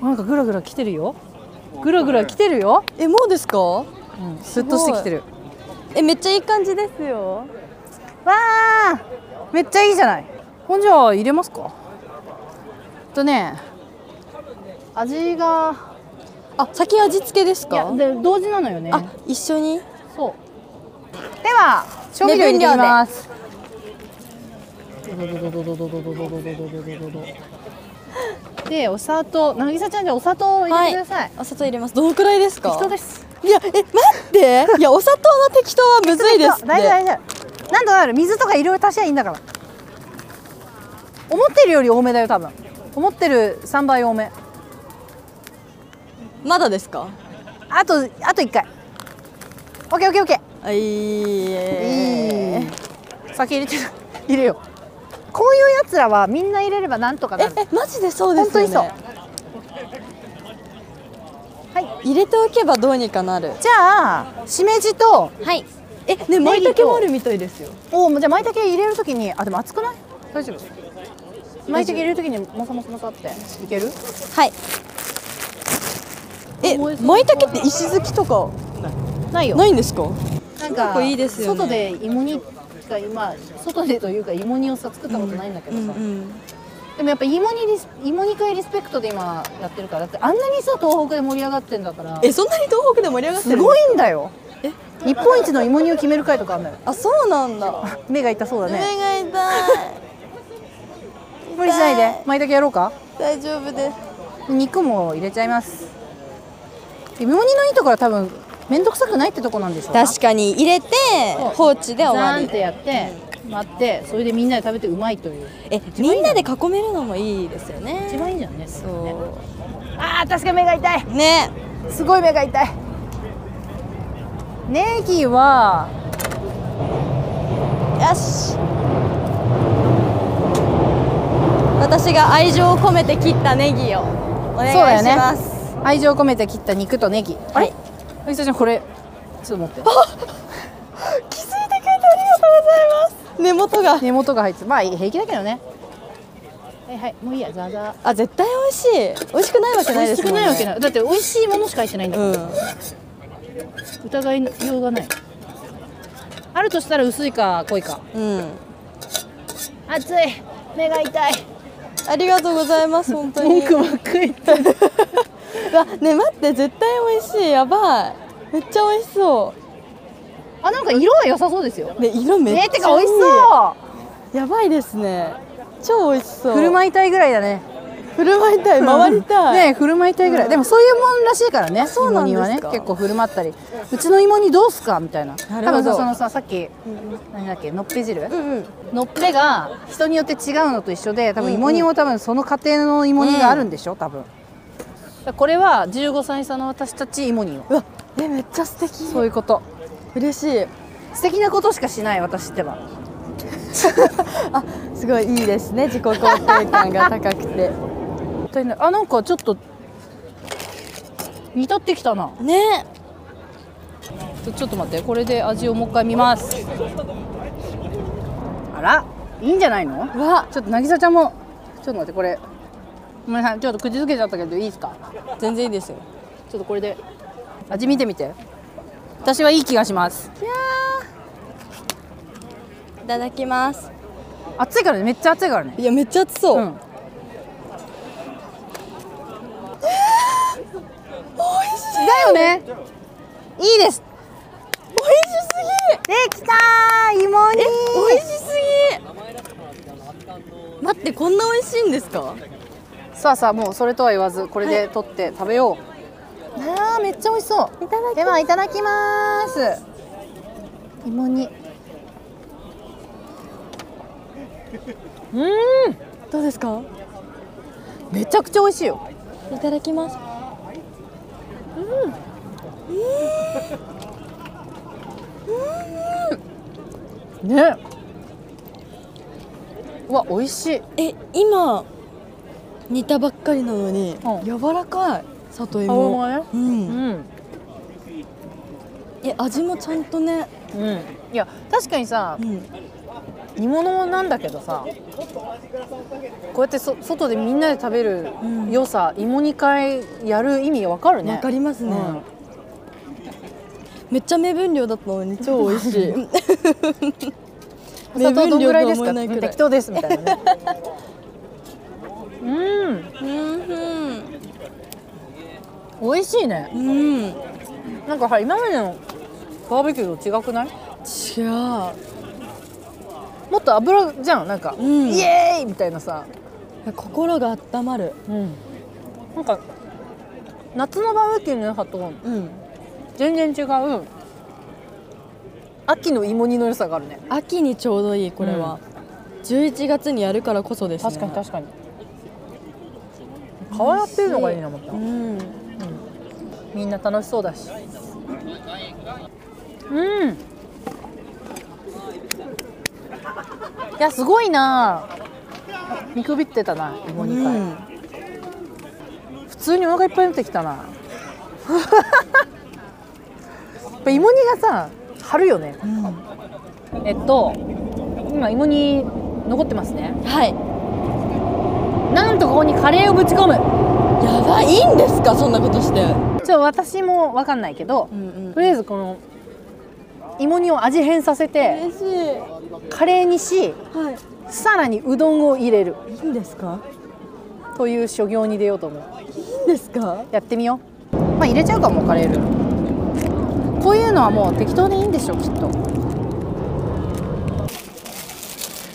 Speaker 1: なんかグラグラ来てるよグラグラ来てるよ、
Speaker 2: えもうですか
Speaker 1: うん、スッとしてきてる
Speaker 2: えめっちゃいい感じですよ
Speaker 1: わあめっちゃいいじゃないほんじゃ入れますかえっとね味が
Speaker 2: あ先味付けです
Speaker 1: いや
Speaker 2: か
Speaker 1: で同時なのよね
Speaker 2: あ一緒に
Speaker 1: そうでは調味料入れてみますでお砂糖渚ちゃんじゃあお砂糖を入れてください、
Speaker 2: お砂糖入れますどのくらいですか
Speaker 1: 適当です
Speaker 2: いやえ待っていやお砂糖の適当はむずいですって
Speaker 1: 大丈夫大丈夫なんとかなる水とかいろいろ足しゃいいんだから思ってるより多めだよ多分思ってる3倍多め
Speaker 2: まだですか
Speaker 1: あとあと1回 OKOKOK
Speaker 2: あいいえ
Speaker 1: 酒入れてる入れようこういうやつらはみんな入れればなんとか
Speaker 2: え
Speaker 1: なる
Speaker 2: えマジでそうですよね
Speaker 1: 本
Speaker 2: はい入れておけばどうにかなる
Speaker 1: じゃあしめじと
Speaker 4: はい
Speaker 2: え
Speaker 1: ネ
Speaker 2: ね
Speaker 1: ギと
Speaker 2: 舞茸もあるみたいですよ
Speaker 1: おおじゃあ舞茸入れるときにあでも熱くない大丈夫舞茸入れるときにもさもさもさっていける
Speaker 4: はい
Speaker 2: え舞茸って石突きとか
Speaker 1: ないよ
Speaker 2: ないんですか
Speaker 1: なん
Speaker 2: す
Speaker 1: か
Speaker 2: ごくいいですよね
Speaker 1: 外で芋煮が今外でというか芋煮をさ作ったことないんだけどさ、
Speaker 2: ん
Speaker 1: でもやっぱ芋煮リス芋煮会リスペクトで今やってるからだってあんなにさ東北で盛り上がってんだから
Speaker 2: えそんなに東北で盛り上がって
Speaker 1: す
Speaker 2: る
Speaker 1: ごいんだよ日本一の芋煮を決める会とかあんだよ
Speaker 2: あそうなん だ
Speaker 1: 目が痛そうだ
Speaker 2: 目
Speaker 1: ね
Speaker 2: が痛い
Speaker 1: 無理しないで舞茸やろうか
Speaker 2: 大丈夫です
Speaker 1: 肉も入れちゃいます芋煮のいいところは多分面倒くさくないってとこなんでしょう
Speaker 2: 確かに入れて放置で終
Speaker 1: ザ
Speaker 2: わ
Speaker 1: ーンっ
Speaker 2: り
Speaker 1: てやって、なってそれでみんなで食べてうまいという
Speaker 2: えみんなで囲めるのもいいですよね
Speaker 1: 一番いいじゃんねそれね
Speaker 2: そ
Speaker 1: あー確かに目が痛いう
Speaker 2: ね
Speaker 1: すごい目が痛いネギは
Speaker 2: よし私が愛情を込めて切ったネギをお願いし
Speaker 1: そうだよね
Speaker 2: ます、
Speaker 1: 愛情を込めて切った肉とネギあれあゆさちゃんこれちょっと持って
Speaker 2: 気づいてくれてありがとうございます根元が
Speaker 1: 根元が入ってまあ平気だけどねはいはいもういいやザーザ
Speaker 2: あ絶対美味しい美味しくないわけ
Speaker 1: ー
Speaker 2: な
Speaker 1: 美
Speaker 2: いで
Speaker 1: 味
Speaker 2: す
Speaker 1: しく
Speaker 2: もんね
Speaker 1: ないわけないだって美味しいものしか入ってないんだもん
Speaker 2: うん
Speaker 1: 疑いようがないあるとしたら薄いか濃いか
Speaker 2: うん、
Speaker 1: 熱い目が痛い
Speaker 2: ありがとうございます本当に
Speaker 1: 文句ばっかり言って
Speaker 2: うわね待って絶対美味しいやばいめっちゃ美味しそ
Speaker 1: あなんか色は良さそうですよ
Speaker 2: うね色めっちゃい
Speaker 1: え
Speaker 2: い
Speaker 1: ー、てか美味しそう
Speaker 2: やばいですね超美味しそうう
Speaker 1: 振る舞いたいぐらいだね
Speaker 2: 振る舞いたい回りたい、
Speaker 1: ね振る舞いたいぐらい、でもそういうもんらしいからね
Speaker 2: そうなんです
Speaker 1: 芋
Speaker 2: か
Speaker 1: 煮はね結構振る舞ったりうちの芋煮どうすかみたいな
Speaker 2: なる
Speaker 1: 多
Speaker 2: ほど
Speaker 1: 分さそのささっき、何だっけのっぺ汁、
Speaker 2: うんうん
Speaker 1: のっぺが人によって違うのと一緒で多分芋煮も多分その家庭の芋煮があるんでしょ、多分だからこれは15歳差の私たち芋煮を
Speaker 2: うわえめっちゃ素敵
Speaker 1: そういうこと
Speaker 2: 嬉しい
Speaker 1: 素敵なことしかしない私ってば
Speaker 2: あすごいいいですね自己肯定感が高くて
Speaker 1: 本当にねあなんかちょっと煮立ってきたな
Speaker 2: ね
Speaker 1: ちょちょっと待ってこれで味をもう一回見ますあらいいんじゃないの
Speaker 2: うわ
Speaker 1: ちょっと渚ちゃんもちょっと待ってこれごめんなさいちょっと口づけちゃったけどいいですか
Speaker 2: 全然いいですよ
Speaker 1: ちょっとこれで味見てみて私はいい気がします
Speaker 2: いただきます
Speaker 1: 熱いからねめっちゃ熱いからね
Speaker 2: いやめっちゃ熱そう、
Speaker 1: んだよねいいです
Speaker 2: 美味しすぎできたー芋煮美味しすぎ待ってこんな美味しいんですか
Speaker 1: さあさあもうそれとは言わずこれで取って食べよう、あーめっちゃ美味しそう
Speaker 2: いただ き
Speaker 1: ではいただきます芋煮
Speaker 2: どうですか
Speaker 1: めちゃくちゃ美味しいよ
Speaker 2: いただきます
Speaker 1: ねうわ美味しい
Speaker 2: え今煮たばっかりなのに、
Speaker 1: うん
Speaker 2: 柔らかい里芋
Speaker 1: 青ね
Speaker 2: うん
Speaker 1: うん
Speaker 2: え味もちゃんとね、
Speaker 1: うんいや確かにさ
Speaker 2: うん、
Speaker 1: 煮物なんだけどさこうやってそ外でみんなで食べる
Speaker 2: うん
Speaker 1: 良さ、芋煮会やる意味わかるね
Speaker 2: わかりますね
Speaker 1: うん
Speaker 2: めっちゃ目分量だった のに超美味しい
Speaker 1: お砂糖どんぐらいです
Speaker 2: 目
Speaker 1: かう
Speaker 2: 分量とは思えな
Speaker 1: ん
Speaker 2: くらい
Speaker 1: 適当ですみたいなね うん
Speaker 2: うん
Speaker 1: 美味しいね
Speaker 2: うん違う
Speaker 1: なんかさ今までのバーベキューと違くないもっと油じゃんなんか、
Speaker 2: うん
Speaker 1: イエーイみたいなさ、
Speaker 2: 心が温まる
Speaker 1: なんか夏のバーベキューの良さと
Speaker 2: うん
Speaker 1: 全然違う秋の芋煮の良さがあるね
Speaker 2: 秋にちょうどいいこれは、11月にやるからこそですね
Speaker 1: 確かに確かに変わってるのがいいな思った
Speaker 2: うん
Speaker 1: みんな楽しそうだしうんいやすごいな見くびってたな芋煮会、
Speaker 2: うん
Speaker 1: 普通にお腹いっぱいになってきたなやっぱ芋煮がさ張るよね、えっと今芋煮残ってますね
Speaker 2: はい
Speaker 1: なんとここにカレーをぶち込む
Speaker 2: やばいいいんですかそんなことして
Speaker 1: ちょ私も分かんないけど、
Speaker 2: んうん
Speaker 1: とりあえずこの芋煮を味変させて
Speaker 2: 嬉しいは
Speaker 1: カレーにし
Speaker 2: い
Speaker 1: さらにうどんを入れる
Speaker 2: いいんですか
Speaker 1: という所業に出ようと思う
Speaker 2: いいんですか
Speaker 1: やってみようまあ入れちゃうかもカレールーこういうのはもう適当でいいんでしょきっと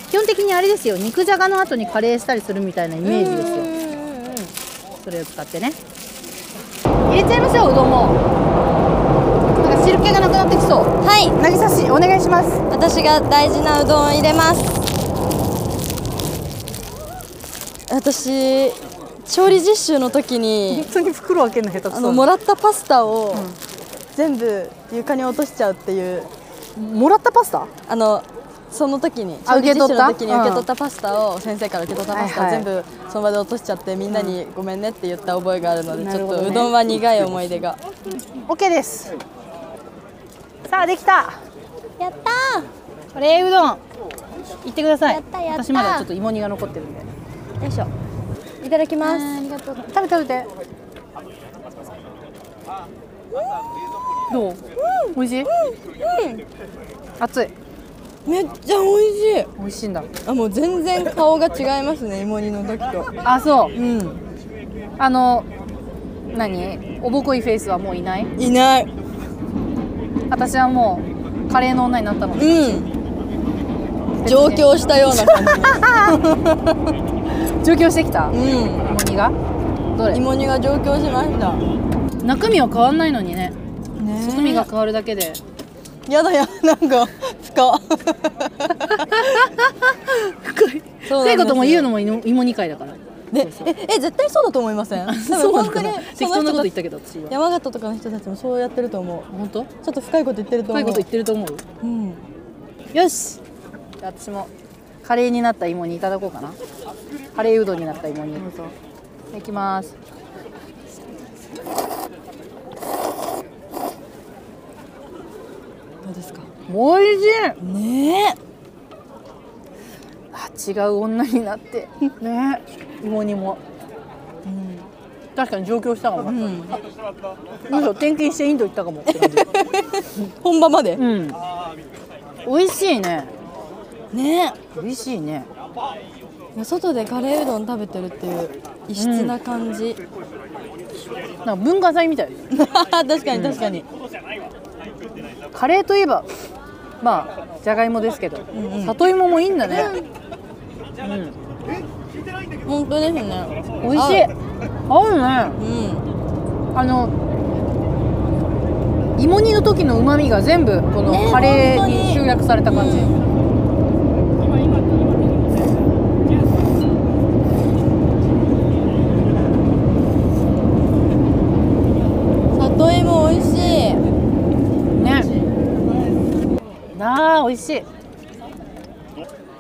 Speaker 1: 基本的にあれですよ肉じゃがの後にカレーしたりするみたいなイメージですよそれを使ってね入れちゃいましょううどんもなんか汁っ湿気がなくなってきそう
Speaker 2: はい
Speaker 1: 渚市お願いします
Speaker 2: 私が大事なうどんを入れます私調理実習の時に
Speaker 5: 本当に袋開けるの下手く
Speaker 2: あ
Speaker 5: そ
Speaker 2: のもらったパスタを全部床に落としちゃうっていう
Speaker 5: もらったパスタ
Speaker 2: あのその時に
Speaker 5: あ
Speaker 2: 調理実
Speaker 5: 受
Speaker 2: 習の
Speaker 5: け
Speaker 2: 時
Speaker 5: 取っ
Speaker 2: に
Speaker 5: た
Speaker 2: 受け取ったパスタを先生から受け取ったパスタ
Speaker 5: は
Speaker 2: を
Speaker 5: いはい
Speaker 2: 全部その場で落としちゃってみんなにごめんねって言った覚えがあるので
Speaker 5: な
Speaker 2: ち
Speaker 5: る
Speaker 2: ょっ
Speaker 5: ほどね
Speaker 2: とうどんは苦い思い出が
Speaker 1: OK ですさあできた
Speaker 2: やった
Speaker 1: カレーうどん行ってください
Speaker 2: やったやった
Speaker 1: 私まだちょっと芋煮が残ってるんで
Speaker 2: よいしょいただきます
Speaker 1: ありがとう食べて食べてどう、美味しい、熱い
Speaker 2: めっちゃ美味しい
Speaker 1: 美味しいんだ
Speaker 2: あもう全然顔が違いますね芋煮の時と
Speaker 1: あそう
Speaker 2: うん
Speaker 1: あの何おぼこいフェイスはもういない
Speaker 2: いない
Speaker 1: 私はもうカレーの女になったので
Speaker 2: うん上京したような感
Speaker 1: 上京してきた
Speaker 2: じ
Speaker 1: 芋
Speaker 2: う
Speaker 1: 煮がど
Speaker 2: ん
Speaker 1: れ
Speaker 2: 芋煮が上京しました
Speaker 1: 中身は変わんないのにね中身
Speaker 2: ね
Speaker 1: が変わるだけで
Speaker 2: えやだやなんか深 っそうなんですよ
Speaker 1: 聖子とも言うのも芋芋煮会だから
Speaker 2: でええ絶対そうだと思いませ ん多分
Speaker 1: そうなん
Speaker 2: 本当
Speaker 1: だ
Speaker 2: に
Speaker 1: な
Speaker 2: そ
Speaker 1: 適
Speaker 2: の
Speaker 1: 当な
Speaker 2: 人
Speaker 1: こと
Speaker 2: た
Speaker 1: 言っ
Speaker 2: ち
Speaker 1: たけど私は
Speaker 2: 山形とかの人たちもそうやってると思う
Speaker 1: 本当
Speaker 2: ちょっと深いこと言ってると思
Speaker 1: 深い
Speaker 2: う
Speaker 1: こと言ってると思う
Speaker 2: うん
Speaker 1: よしじゃあ私もカレーになった芋煮いただこうかなカレーうどんになった芋煮いただきます
Speaker 2: どうですか
Speaker 1: おいしい
Speaker 2: ね
Speaker 1: あ違う女にな ってね芋煮も、確かに上京したかも、あむしろ転勤してインド行ったかもって感じ
Speaker 2: え本場まで
Speaker 1: うん美味しいね
Speaker 2: ね
Speaker 1: 美味しいね
Speaker 2: え外でカレーうどん食べてるっていう異質な感じ、
Speaker 1: なんか文化祭みたいです
Speaker 2: 確かに確かに、
Speaker 1: カレーといえばまあじゃがいもですけど、里芋もいいんだね、
Speaker 2: 本当ですね
Speaker 1: 美味しい合うね
Speaker 2: うん
Speaker 1: あの芋煮の時の旨味が全部この
Speaker 2: ね
Speaker 1: カレーに
Speaker 2: 本当に
Speaker 1: 集約された感じ、
Speaker 2: 里芋美味しい
Speaker 1: ねなあ美味しい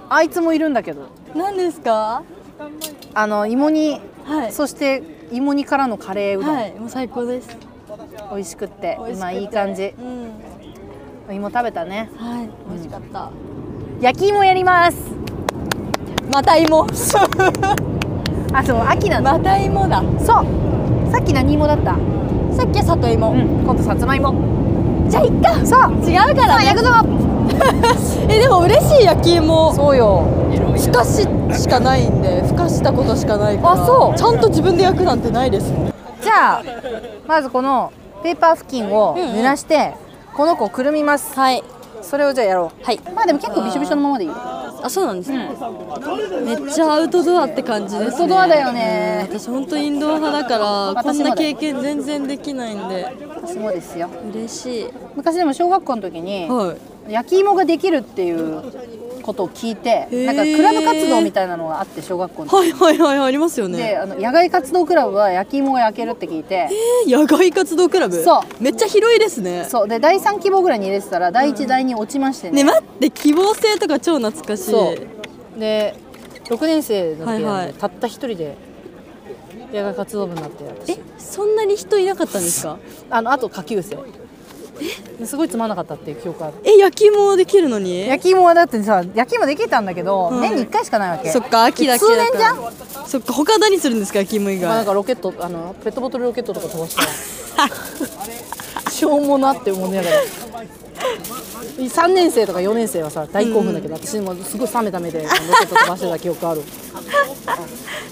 Speaker 1: あいつもいるんだけど
Speaker 2: 何ですか
Speaker 1: あの芋煮、
Speaker 2: はい
Speaker 1: そして芋煮からのカレーうどん、
Speaker 2: はいもう最高です
Speaker 1: 美味しくって
Speaker 2: 美味しくて
Speaker 1: 今いい感じ
Speaker 2: うん
Speaker 1: お芋食べたね
Speaker 2: はい美味しかった、
Speaker 1: 焼き芋やります
Speaker 2: また芋
Speaker 1: あそう秋なんだ、
Speaker 2: また芋だ
Speaker 1: そうさっき何芋だった
Speaker 2: さっきは里芋、
Speaker 1: ん今度さつまいも
Speaker 2: じゃあいっかそう違うから、ね、えでも嬉しい焼き芋
Speaker 1: そうよ
Speaker 2: ふかししかないんでふかしたことしかないから
Speaker 1: あそう
Speaker 2: ちゃんと自分で焼くなんてないですもん
Speaker 1: じゃあまずこのペーパー付近を濡らして、この子をくるみます
Speaker 2: はい
Speaker 1: それをじゃあやろ
Speaker 2: はいう
Speaker 1: まあでも結構びしょびしょのままでいいよ
Speaker 2: あそうなんですね、めっちゃアウトドアって感じですね
Speaker 1: アウトドアだよね
Speaker 2: うん私本当インドア派だからこん
Speaker 1: 私も
Speaker 2: な
Speaker 1: だよ
Speaker 2: 経験全然できないんで
Speaker 1: 私もですよ
Speaker 2: 嬉しい
Speaker 1: 昔でも小学校の時に
Speaker 2: は
Speaker 1: 焼き芋ができるっていうことを聞いて
Speaker 2: ー
Speaker 1: なんかクラブ活動みたいなのがあって小学校
Speaker 2: い
Speaker 1: の時
Speaker 2: はいはいはいありますよね
Speaker 1: であの野外活動クラブは焼き芋が焼けるって聞いて
Speaker 2: え野外活動クラブ
Speaker 1: そう
Speaker 2: めっちゃ広いですね
Speaker 1: そうで第3希望ぐらいに入れてたら第1第2落ちましてね
Speaker 2: ね待って希望性とか超懐かしい
Speaker 1: そうで6年生の時、なんで
Speaker 2: はいはい
Speaker 1: たった一人で野外活動部になって私
Speaker 2: えそんなに人いなかったんですか
Speaker 1: あのあと下級生すごいつまんなかったっていう記憶ある
Speaker 2: え焼き芋できるのに
Speaker 1: 焼き芋はだってさ焼き芋できたんだけど、
Speaker 2: うん
Speaker 1: 年に1回しかないわけ
Speaker 2: そっか秋だけ
Speaker 1: 通
Speaker 2: だ
Speaker 1: 年
Speaker 2: か
Speaker 1: じゃ
Speaker 2: ら
Speaker 1: ん、ま
Speaker 2: そっか他何するんですか焼き芋以
Speaker 1: あ、なん
Speaker 2: 外
Speaker 1: かロケットあのペットボトルロケットとか飛ばして しょうもなって思いながら3年生とか4年生はさ大興奮だけど、私もすごい冷めた目でロケット飛ばしてた記憶ある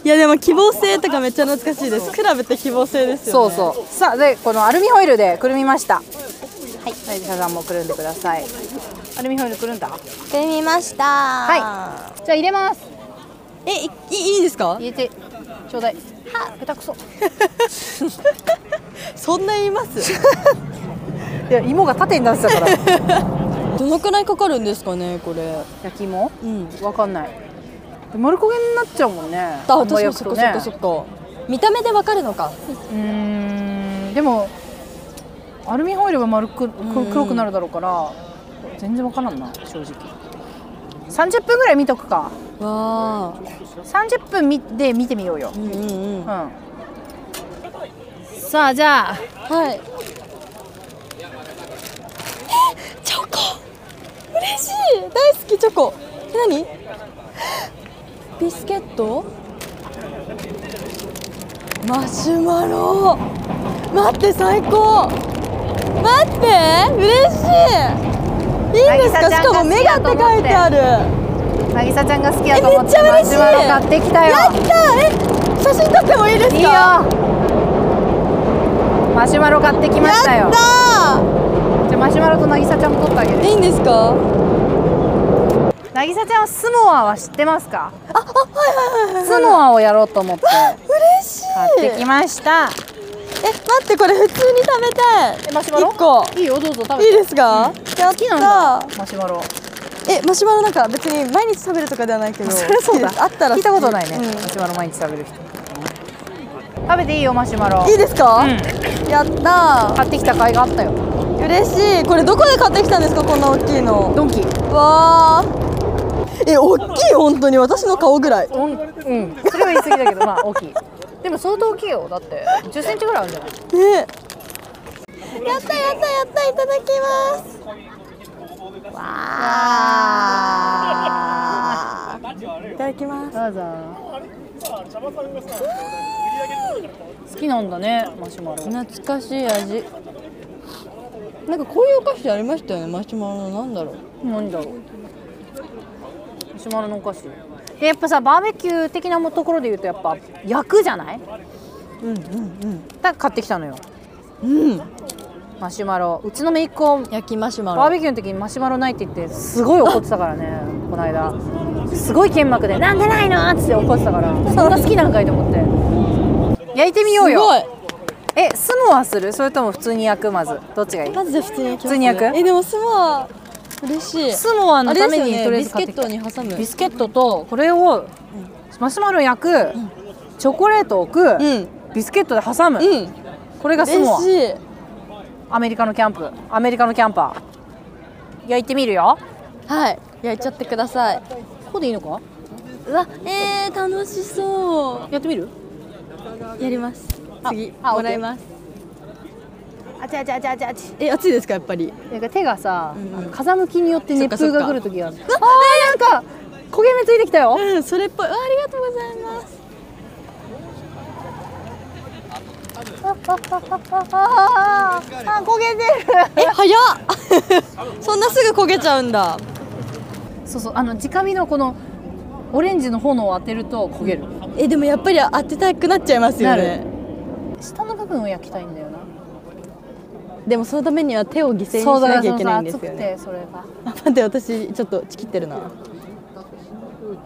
Speaker 2: いやでも希望性とかめっちゃ懐かしいですクラブって希望性です
Speaker 1: そ
Speaker 2: よ
Speaker 1: う
Speaker 2: ね
Speaker 1: そうさあでこのアルミホイルでくるみましたはいはい皆さんもくるんでくださいアルミホイルくるんだじ
Speaker 2: うてみましたは
Speaker 1: ゃあ入れます
Speaker 2: いえいいいいですか
Speaker 1: 入れてちょうだい下手くそ
Speaker 2: そんな言います
Speaker 1: いや芋が縦になってたから
Speaker 2: どのくらいかかるんですかねこれ
Speaker 1: 焼き芋
Speaker 2: うん
Speaker 1: わかんないで丸焦げになっちゃうもんね
Speaker 2: あ
Speaker 1: あん
Speaker 2: 確
Speaker 1: ま
Speaker 2: か
Speaker 1: 焼
Speaker 2: に
Speaker 1: く
Speaker 2: そ
Speaker 1: と
Speaker 2: っか
Speaker 1: ね
Speaker 2: そっかそっか見た目でわかるのか
Speaker 1: うーんでもアルミホイルは丸く
Speaker 2: うん
Speaker 1: 黒くなるだろうから全然わからんな正直30分ぐらい見とくか
Speaker 2: わあ
Speaker 1: 30分みで見てみようよ
Speaker 2: うんうんうん
Speaker 1: うんさあじゃあ
Speaker 2: はい
Speaker 4: チョコ
Speaker 2: 嬉しい大好きチョコえ何ビスケットマシュマロ待って最高待って嬉しいいいんです
Speaker 1: 渚
Speaker 2: か
Speaker 1: ちゃん
Speaker 2: しかも目がって書いてある
Speaker 1: 渚ちゃんが好き
Speaker 2: え
Speaker 1: だ
Speaker 2: めっ
Speaker 1: と思って
Speaker 2: ちゃ
Speaker 1: マ
Speaker 2: 嬉し
Speaker 1: シ
Speaker 2: い
Speaker 1: ュマロ買ってきたよ
Speaker 2: やったえ写真撮ってもいいですか
Speaker 1: いいよマシュマロ買ってきました
Speaker 2: や
Speaker 1: よ
Speaker 2: っ
Speaker 1: じ
Speaker 2: た
Speaker 1: ゃあマシュマロと渚ちゃんも撮ってあげる
Speaker 2: ーいいんですか
Speaker 1: 渚ちゃんはスモアは知ってますかスモアをやろうと思って
Speaker 2: 嬉しい
Speaker 1: 買ってきました
Speaker 2: え待ってこれ普通に食べたい
Speaker 1: マシュマロ
Speaker 2: 一個
Speaker 1: いいよどうぞ食べ
Speaker 2: い
Speaker 1: て
Speaker 2: いですか、やっ
Speaker 1: 好きなん
Speaker 2: た
Speaker 1: だマシュマロ
Speaker 2: えマシュマロなんか別に毎日食べるとかではないけど
Speaker 1: そりゃそうだ
Speaker 2: 好きですあったら
Speaker 1: 聞いたことないね、
Speaker 2: うん
Speaker 1: マシュマロ毎日食べる人食べていいよマシュマロ
Speaker 2: いいですか、やった
Speaker 1: 買ってきた甲斐があったよ
Speaker 2: ー嬉しいこれどこで買ってきたんですかこんな大きいの
Speaker 1: ドンキ
Speaker 2: わーえ大きい本当に私の顔ぐらい
Speaker 1: うん、うん、それは言い過ぎだけどまあ大きいでも相当大きいよだって1 0ンチぐらいあるんじゃない
Speaker 2: ねやったやったやったいただきますわーいただきます
Speaker 1: どうぞ好きなんだねマシュマロ
Speaker 2: 懐かしい味なんかこういうお菓子ありましたよねマシュマロのなんだろう
Speaker 1: 何だろうマシュマロのお菓子でやっぱさバーベキュー的なところで言うとやっぱ焼くじゃない
Speaker 2: うんうん
Speaker 1: だから買ってきたのよ
Speaker 2: うんうん
Speaker 1: マシュマロうちの姪っ子
Speaker 2: 焼きマシュマ
Speaker 1: バー
Speaker 2: ロ
Speaker 1: ベキューの時にマシュマロないって言ってすごい怒ってたから ねこの間すごい剣幕で「なんでないの?」っつって怒ってたからそんな好きなんかいと思って焼いてみようよ
Speaker 2: す
Speaker 1: えスモアするそれとも普通に焼くまずどっちがい
Speaker 2: ごい
Speaker 1: い
Speaker 2: まずで普通に焼きま
Speaker 1: 普
Speaker 2: す、ね、
Speaker 1: 通に焼く
Speaker 2: えでもスモア嬉しい
Speaker 1: スモア
Speaker 2: あ
Speaker 1: の
Speaker 2: れ
Speaker 1: た
Speaker 2: です
Speaker 1: め
Speaker 2: よ
Speaker 1: にとりあ
Speaker 2: ね
Speaker 1: え
Speaker 2: ビ
Speaker 1: ず
Speaker 2: スケ
Speaker 1: 買ってき
Speaker 2: ッ
Speaker 1: た
Speaker 2: トに挟む
Speaker 1: ビスケットとこれをマシュマロ焼く、チョコレート置く、
Speaker 2: うん
Speaker 1: ビスケットで挟む、
Speaker 2: うん
Speaker 1: これがスモ
Speaker 2: 嬉しい
Speaker 1: アアメリカのキャンプアメリカのキャンパー焼いてみるよ
Speaker 2: はい焼いちゃってください
Speaker 1: ここでいいのか
Speaker 2: うわえー、楽しそ
Speaker 1: やってみる
Speaker 2: うやります次
Speaker 1: あ
Speaker 2: もらいます
Speaker 1: あちゃあちゃあちゃあちゃあち
Speaker 2: え熱いですかやっぱり
Speaker 1: なんか手がさ、
Speaker 2: んうん
Speaker 1: あの風向きによって熱
Speaker 2: そっ
Speaker 1: 風が
Speaker 2: かそっか
Speaker 1: 来る時があるあーなんか焦げ目ついてきたよ
Speaker 2: うんそれっぽいわありがとうございます
Speaker 1: ああああ焦げてる
Speaker 2: え早っ そんなすぐ焦げちゃうんだ
Speaker 1: そうそうあの直火のこのオレンジの炎を当てると焦げる、
Speaker 2: えでもやっぱり当てたくなっちゃいますよ
Speaker 1: な
Speaker 2: ね
Speaker 1: る下の部分を焼きたいんだよな
Speaker 2: でもそのためには手を犠牲にしなきゃいけないんですよね
Speaker 1: 熱くてそれが
Speaker 2: あ 待って私ちょっとちきってるな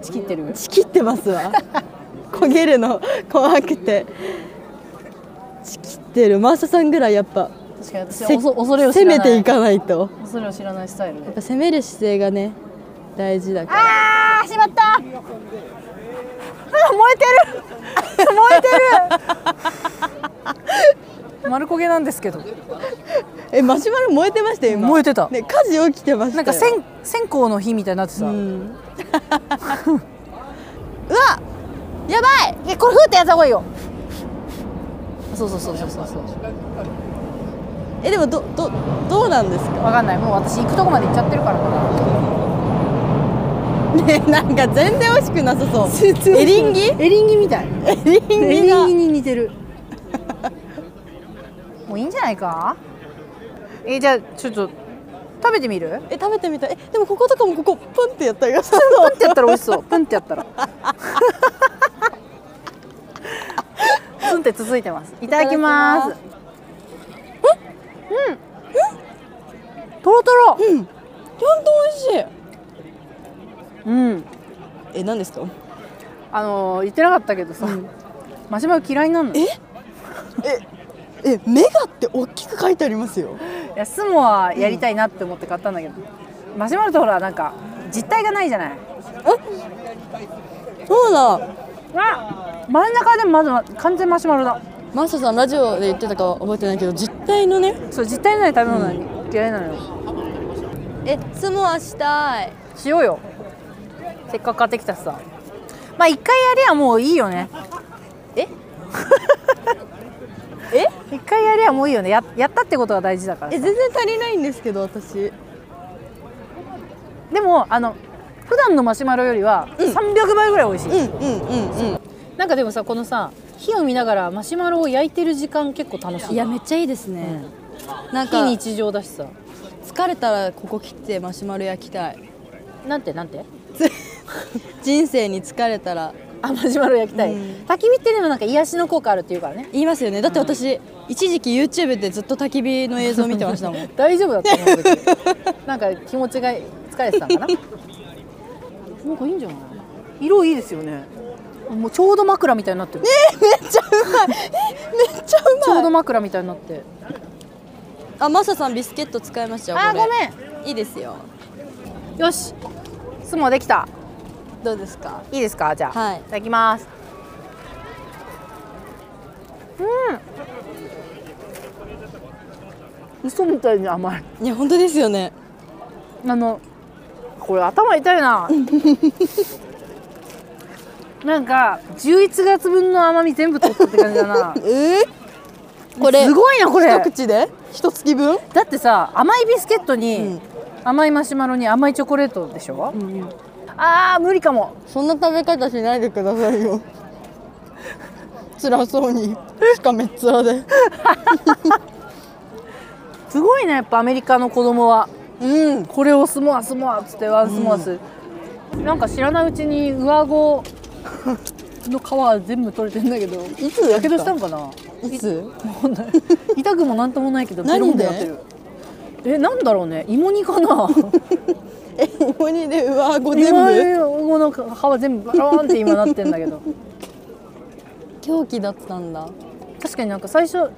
Speaker 1: ちきってる
Speaker 2: ちきってます わ焦げるの怖くてちきってるマーサさんぐらいやっぱ
Speaker 1: 確かに私は
Speaker 2: せ
Speaker 1: 恐恐れを知
Speaker 2: 攻
Speaker 1: ら
Speaker 2: め
Speaker 1: ない
Speaker 2: ていかないと
Speaker 1: 恐れを知らないスタイル
Speaker 2: やっ
Speaker 1: で
Speaker 2: ぱ攻める姿勢がね大事だから
Speaker 1: あーしまったあ燃えてる燃えてる丸焦げなんですけど
Speaker 2: えマシュマロ燃えてましたよ今
Speaker 1: 燃えてた
Speaker 2: ね火事起きてましたよ
Speaker 1: なんか線線香の火みたいになってさ、
Speaker 2: うん
Speaker 1: うわやばいえこれふってやった方がいいよそうそうそうそうそうそう
Speaker 2: えでもどどどうなんですか
Speaker 1: わかんないもう私行くとこまで行っちゃってるからな
Speaker 2: ねなんか全然美味しくなさそうエリンギ
Speaker 1: エリンギみたい
Speaker 2: エリンギだ
Speaker 1: に似てる もういいんじゃないかえじゃあちょっと食べてみる
Speaker 2: え食べてみたいえでもこことかもここプンってやったら そう
Speaker 1: プンってやったら美味し そうプンってやったらプンって続いてますいただきます
Speaker 2: いただき
Speaker 1: うんとろとろ
Speaker 2: うんちゃんと美味しい
Speaker 1: うん
Speaker 2: え何ですか
Speaker 1: あのー言ってなかったけどさ、マシュマロ嫌いなの
Speaker 2: ええ目がって大きく書いてありますよ
Speaker 1: いやスモはやりたいなって思って買ったんだけど、マシュマロってほらなんか実体がないじゃない
Speaker 6: そうだ
Speaker 1: あ真ん中でまずま完全マシュマロだ
Speaker 6: マサさんラジオで言ってたか覚えてないけど実体のね
Speaker 1: そう実体のない食べ物に嫌いなのよ、
Speaker 2: えスモアしたい
Speaker 1: しようよせっかく買ってきたしさまあ一回やりゃもういいよね
Speaker 2: え
Speaker 1: え一回やりゃもういいよねややったってことが大事だから
Speaker 2: え全然足りないんですけど私
Speaker 1: でもあの普段のマシュマロよりは300倍ぐらい美味しい、
Speaker 2: うんうんうん
Speaker 1: なんかでもさこのさ火を見ながらマシュマロを焼いてる時間結構楽しい
Speaker 2: いやめっちゃいいです
Speaker 1: う
Speaker 2: ね、
Speaker 1: ん
Speaker 2: なん
Speaker 1: 非
Speaker 2: か
Speaker 1: 日常だしさ
Speaker 2: 疲れたらここ来てマシュマロ焼きたい
Speaker 1: なんてなんて
Speaker 2: 人生に疲れたら
Speaker 1: あマシュマロ焼きたい、
Speaker 2: うん
Speaker 1: 焚き火ってでもなんか癒しの効果あるって言うからね
Speaker 2: 言いますよねだって私、一時期 YouTube でずっと焚き火の映像見てま したもん
Speaker 1: 大丈夫だったの俺 なんか気持ちが疲れてたんか ななんかいいんじゃない色いいですよねもうちょうど枕みたいになってる、
Speaker 2: めっちゃう
Speaker 1: ちょうど枕みたいになって
Speaker 2: あマサさんビスケット使いましたよ
Speaker 1: あーご
Speaker 2: めんいいですよ
Speaker 1: よし相撲できた
Speaker 2: どうですか
Speaker 1: いいですかじゃあ、
Speaker 2: はい
Speaker 1: ただきますうん嘘みたいに甘い
Speaker 2: いや本当ですよね
Speaker 1: あのこれ頭痛い ななんか11月分の甘み全部取ったって感じだ な
Speaker 2: えー、これ
Speaker 1: すごいなこれ
Speaker 2: 一口で一月分
Speaker 1: だってさ甘いビスケットに、
Speaker 2: うん
Speaker 1: 甘いマシュマロに甘いチョコレートでしょ、あー無理かも
Speaker 2: そんな食べ方しないでくださいよ 辛そうにしかめっ面です
Speaker 1: ごいねやっぱアメリカの子供は
Speaker 2: うん
Speaker 1: これをスモアスモアっつってワンスモアス、なんか知らないうちに上 顎の皮は全部取れてんだけど
Speaker 2: いつや
Speaker 1: やけどし
Speaker 2: したた
Speaker 1: んかな
Speaker 2: のいつ
Speaker 1: 痛くもなんともないけど
Speaker 2: 何で
Speaker 1: ペロンってなってるえなんだろうね芋煮かな
Speaker 2: え芋煮で上顎全
Speaker 1: 芋
Speaker 2: 部
Speaker 1: 芋の皮は全部バローンって今なってんだけど
Speaker 2: 狂気だったんだ
Speaker 1: 確かになんか最初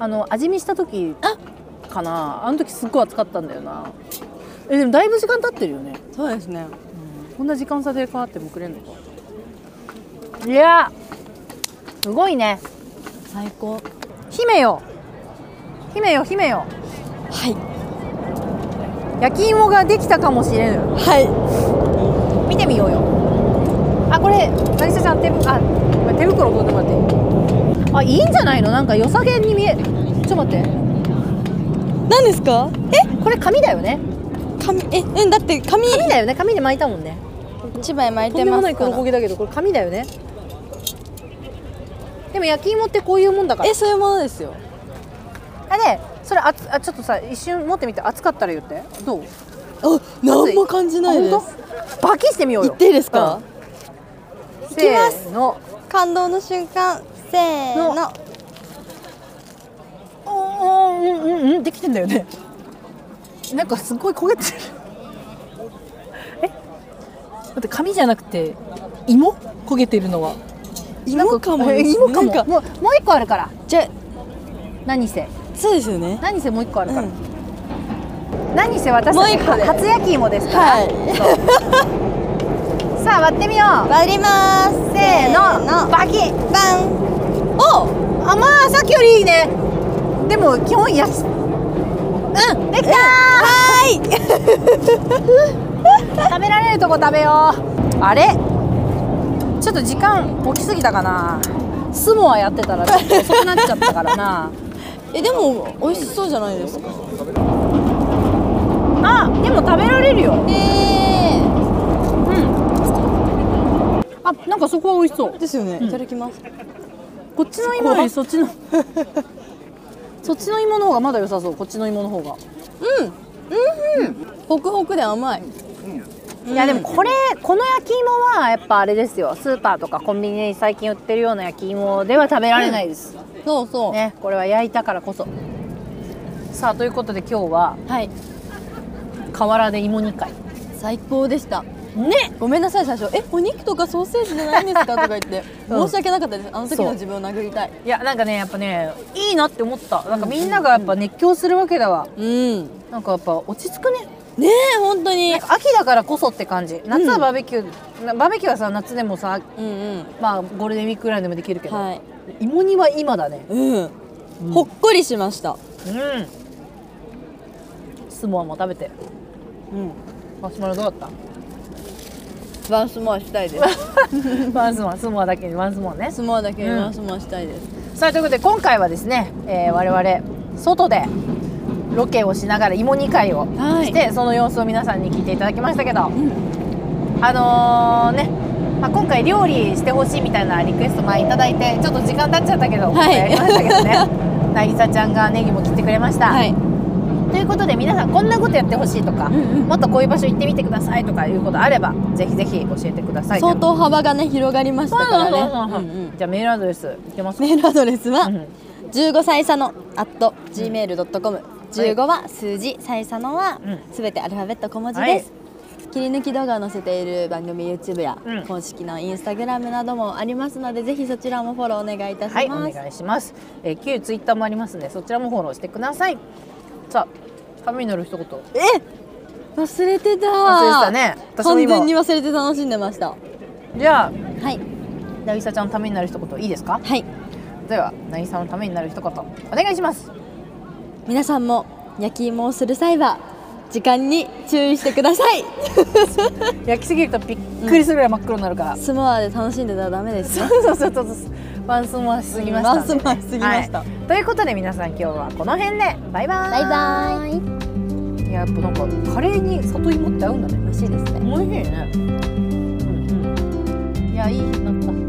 Speaker 1: あの味見した時かなあの時すっごい暑かったんだよなえでもだいぶ時間経ってるよね
Speaker 2: そうですね
Speaker 1: こんな時間差で変わってもくれんのかいやーすごいね
Speaker 2: 最高
Speaker 1: 姫よ姫よ姫よ
Speaker 2: はい
Speaker 1: 焼き芋ができたかもしれぬ
Speaker 2: は
Speaker 1: 見てみようよあこれ渚ちゃん手ぶあごめん手袋取ってもらっていいあいいんじゃないのなんか良さげに見えるちょっと待って
Speaker 2: い何ですか
Speaker 1: これ紙だよね
Speaker 2: 紙えうんだって紙
Speaker 1: 紙だよね紙で巻いたもんね
Speaker 2: 一枚巻い
Speaker 1: とん
Speaker 2: て
Speaker 1: でも
Speaker 2: ま
Speaker 1: な
Speaker 2: す
Speaker 1: い
Speaker 2: か
Speaker 1: 黒焦
Speaker 2: ら
Speaker 1: げだけどこれ紙だよねでも焼き芋ってこういうもんだから
Speaker 2: えそういうものですよ
Speaker 1: あでそれあつあちょっとさ一瞬持ってみて熱かったら言ってどう
Speaker 2: あ何も感じないです
Speaker 1: あ本当バキしてみようよ
Speaker 2: 言っていいですか、
Speaker 1: うん
Speaker 2: いきます
Speaker 1: せーの
Speaker 2: 感動の瞬間せーの
Speaker 1: のおおうんうんうんできてんだよねなんかすごい焦げてるえ待って紙じゃなくて芋焦げてるのは
Speaker 2: 芋かも
Speaker 1: え
Speaker 2: ですね
Speaker 1: 芋かも
Speaker 2: なんか
Speaker 1: もうもう一個あるから
Speaker 2: じゃ
Speaker 1: 何せ
Speaker 2: そうですよね
Speaker 1: 何せもう一個あるから、
Speaker 2: うん
Speaker 1: 何せ私
Speaker 2: も
Speaker 1: た
Speaker 2: う
Speaker 1: ち
Speaker 2: 一個で
Speaker 1: 初焼き芋ですから、
Speaker 2: はい
Speaker 1: そうさあ割ってみよう
Speaker 2: 割りますせ
Speaker 1: せーの
Speaker 2: の
Speaker 1: バキ
Speaker 2: バンお
Speaker 1: あまあさっきよりいいねでも基本焼きうんできたー
Speaker 2: はーい
Speaker 1: 食べられるとこ食べようあれちょっと時間置きすぎたかなスモアやってたらちょっと遅くなっちゃったからな
Speaker 2: えでも美味しそうじゃないですか
Speaker 1: あでも食べられるよ
Speaker 2: へえ
Speaker 1: あなんかそこは美味しそう
Speaker 2: ですよね、
Speaker 1: ん
Speaker 2: いただきます
Speaker 1: こっちの芋よりそっちのそっちの芋の方がまだ良さそうこっちの芋の方が、
Speaker 2: ホクホクで甘い
Speaker 1: いやでもこれこの焼き芋はやっぱあれですよスーパーとかコンビニに最近売ってるような焼き芋では食べられないです、
Speaker 2: そうそう、
Speaker 1: ねこれは焼いたからこそさあということで今日は
Speaker 2: はい
Speaker 1: 河原で芋2回
Speaker 2: 最高でした
Speaker 1: ね
Speaker 2: ごめんなさい最初「えお肉とかソーセージじゃないん ですか?」とか言って
Speaker 1: うん
Speaker 2: 申し訳なかったですあの時
Speaker 1: そう
Speaker 2: の自分を殴りたい
Speaker 1: いやなんかねやっぱねいいなって思ったなんかみんながやっぱ熱狂するわけだわ
Speaker 2: うん
Speaker 1: なんかやっぱ落ち着くね
Speaker 2: ねえ本当に
Speaker 1: なんか秋だからこそって感じ夏はバーベキュー、なバーベキューはさ夏でもさ
Speaker 2: うんうん
Speaker 1: まあゴールデンウィークぐらいでもできるけど、
Speaker 2: はい
Speaker 1: 芋煮は今だね
Speaker 2: うん、ほっこりしました
Speaker 1: うんスモアも食べて
Speaker 2: うん
Speaker 1: マシュマロど うだっ
Speaker 2: ワンスモアしたい です
Speaker 1: たワンスモアスモアだけにワンスモアね
Speaker 2: スモアだけに
Speaker 1: うん
Speaker 2: ワンスモアしたいです、
Speaker 1: さあということで今回はですね、えー我々外でロケをしながら芋煮会を
Speaker 2: はい
Speaker 1: して、その様子を皆さんに聞いていただきましたけど、あのーね、まあ、今回料理してほしいみたいなリクエストまあいただいてちょっと時間経っちゃったけど、
Speaker 2: はい
Speaker 1: やりましたけ どねなぎさちゃんがネギも切ってくれました、
Speaker 2: はい
Speaker 1: ということで皆さんこんなことやってほしいとか、
Speaker 2: んうん
Speaker 1: もっとこういう場所行ってみてくださいとかいうことあればぜひぜひ教えてください
Speaker 2: 相当幅がね広がりまし
Speaker 1: そ
Speaker 2: た
Speaker 1: う
Speaker 2: か
Speaker 1: そうそう
Speaker 2: らね
Speaker 1: そう
Speaker 2: うんうん
Speaker 1: じゃあメールアドレスいけますか
Speaker 2: メールアドレスは、
Speaker 1: うん
Speaker 4: 15歳差の at gmail.com 15は数字、歳差のは
Speaker 1: うん
Speaker 4: すべてアルファベット小文字
Speaker 1: はい
Speaker 4: です、
Speaker 2: 切り抜き動画を載せている番組 YouTube や、
Speaker 1: うん
Speaker 2: 公式の Instagram などもありますのでぜひそちらもフォローお願いいたします、
Speaker 1: はい、お願いします。えー、旧ツイッターもありますので、そちらもフォローしてください。さあ、髪のる一言。忘れて
Speaker 2: 忘れてた
Speaker 1: たね。私も
Speaker 2: 完
Speaker 1: 今
Speaker 2: 全に忘れて楽しんでました
Speaker 1: じゃあ、
Speaker 4: はい
Speaker 1: なぎさちゃんのためになる一言いいですか。
Speaker 4: はい
Speaker 1: では、なぎさのためになる一言、お願いします。
Speaker 4: 皆さんも焼き芋をする際は時間に注意してくださ い
Speaker 1: 焼きすぎるとびっくりするぐらい真っ黒になるから。
Speaker 4: スモアで楽しんでたらダメです
Speaker 1: そうそうそうそうそう。ワンスモアしすぎました、ね。
Speaker 2: うんワンスモアしすぎました
Speaker 1: はいということで、皆さん、今日はこの辺で、バイバイ。
Speaker 4: バイバーイ
Speaker 1: イ。いや、やっぱなんか、カレーに里芋って合うんだね。
Speaker 4: 美味しいですね
Speaker 1: 美味しいね。うんうん。いや、いい日になった。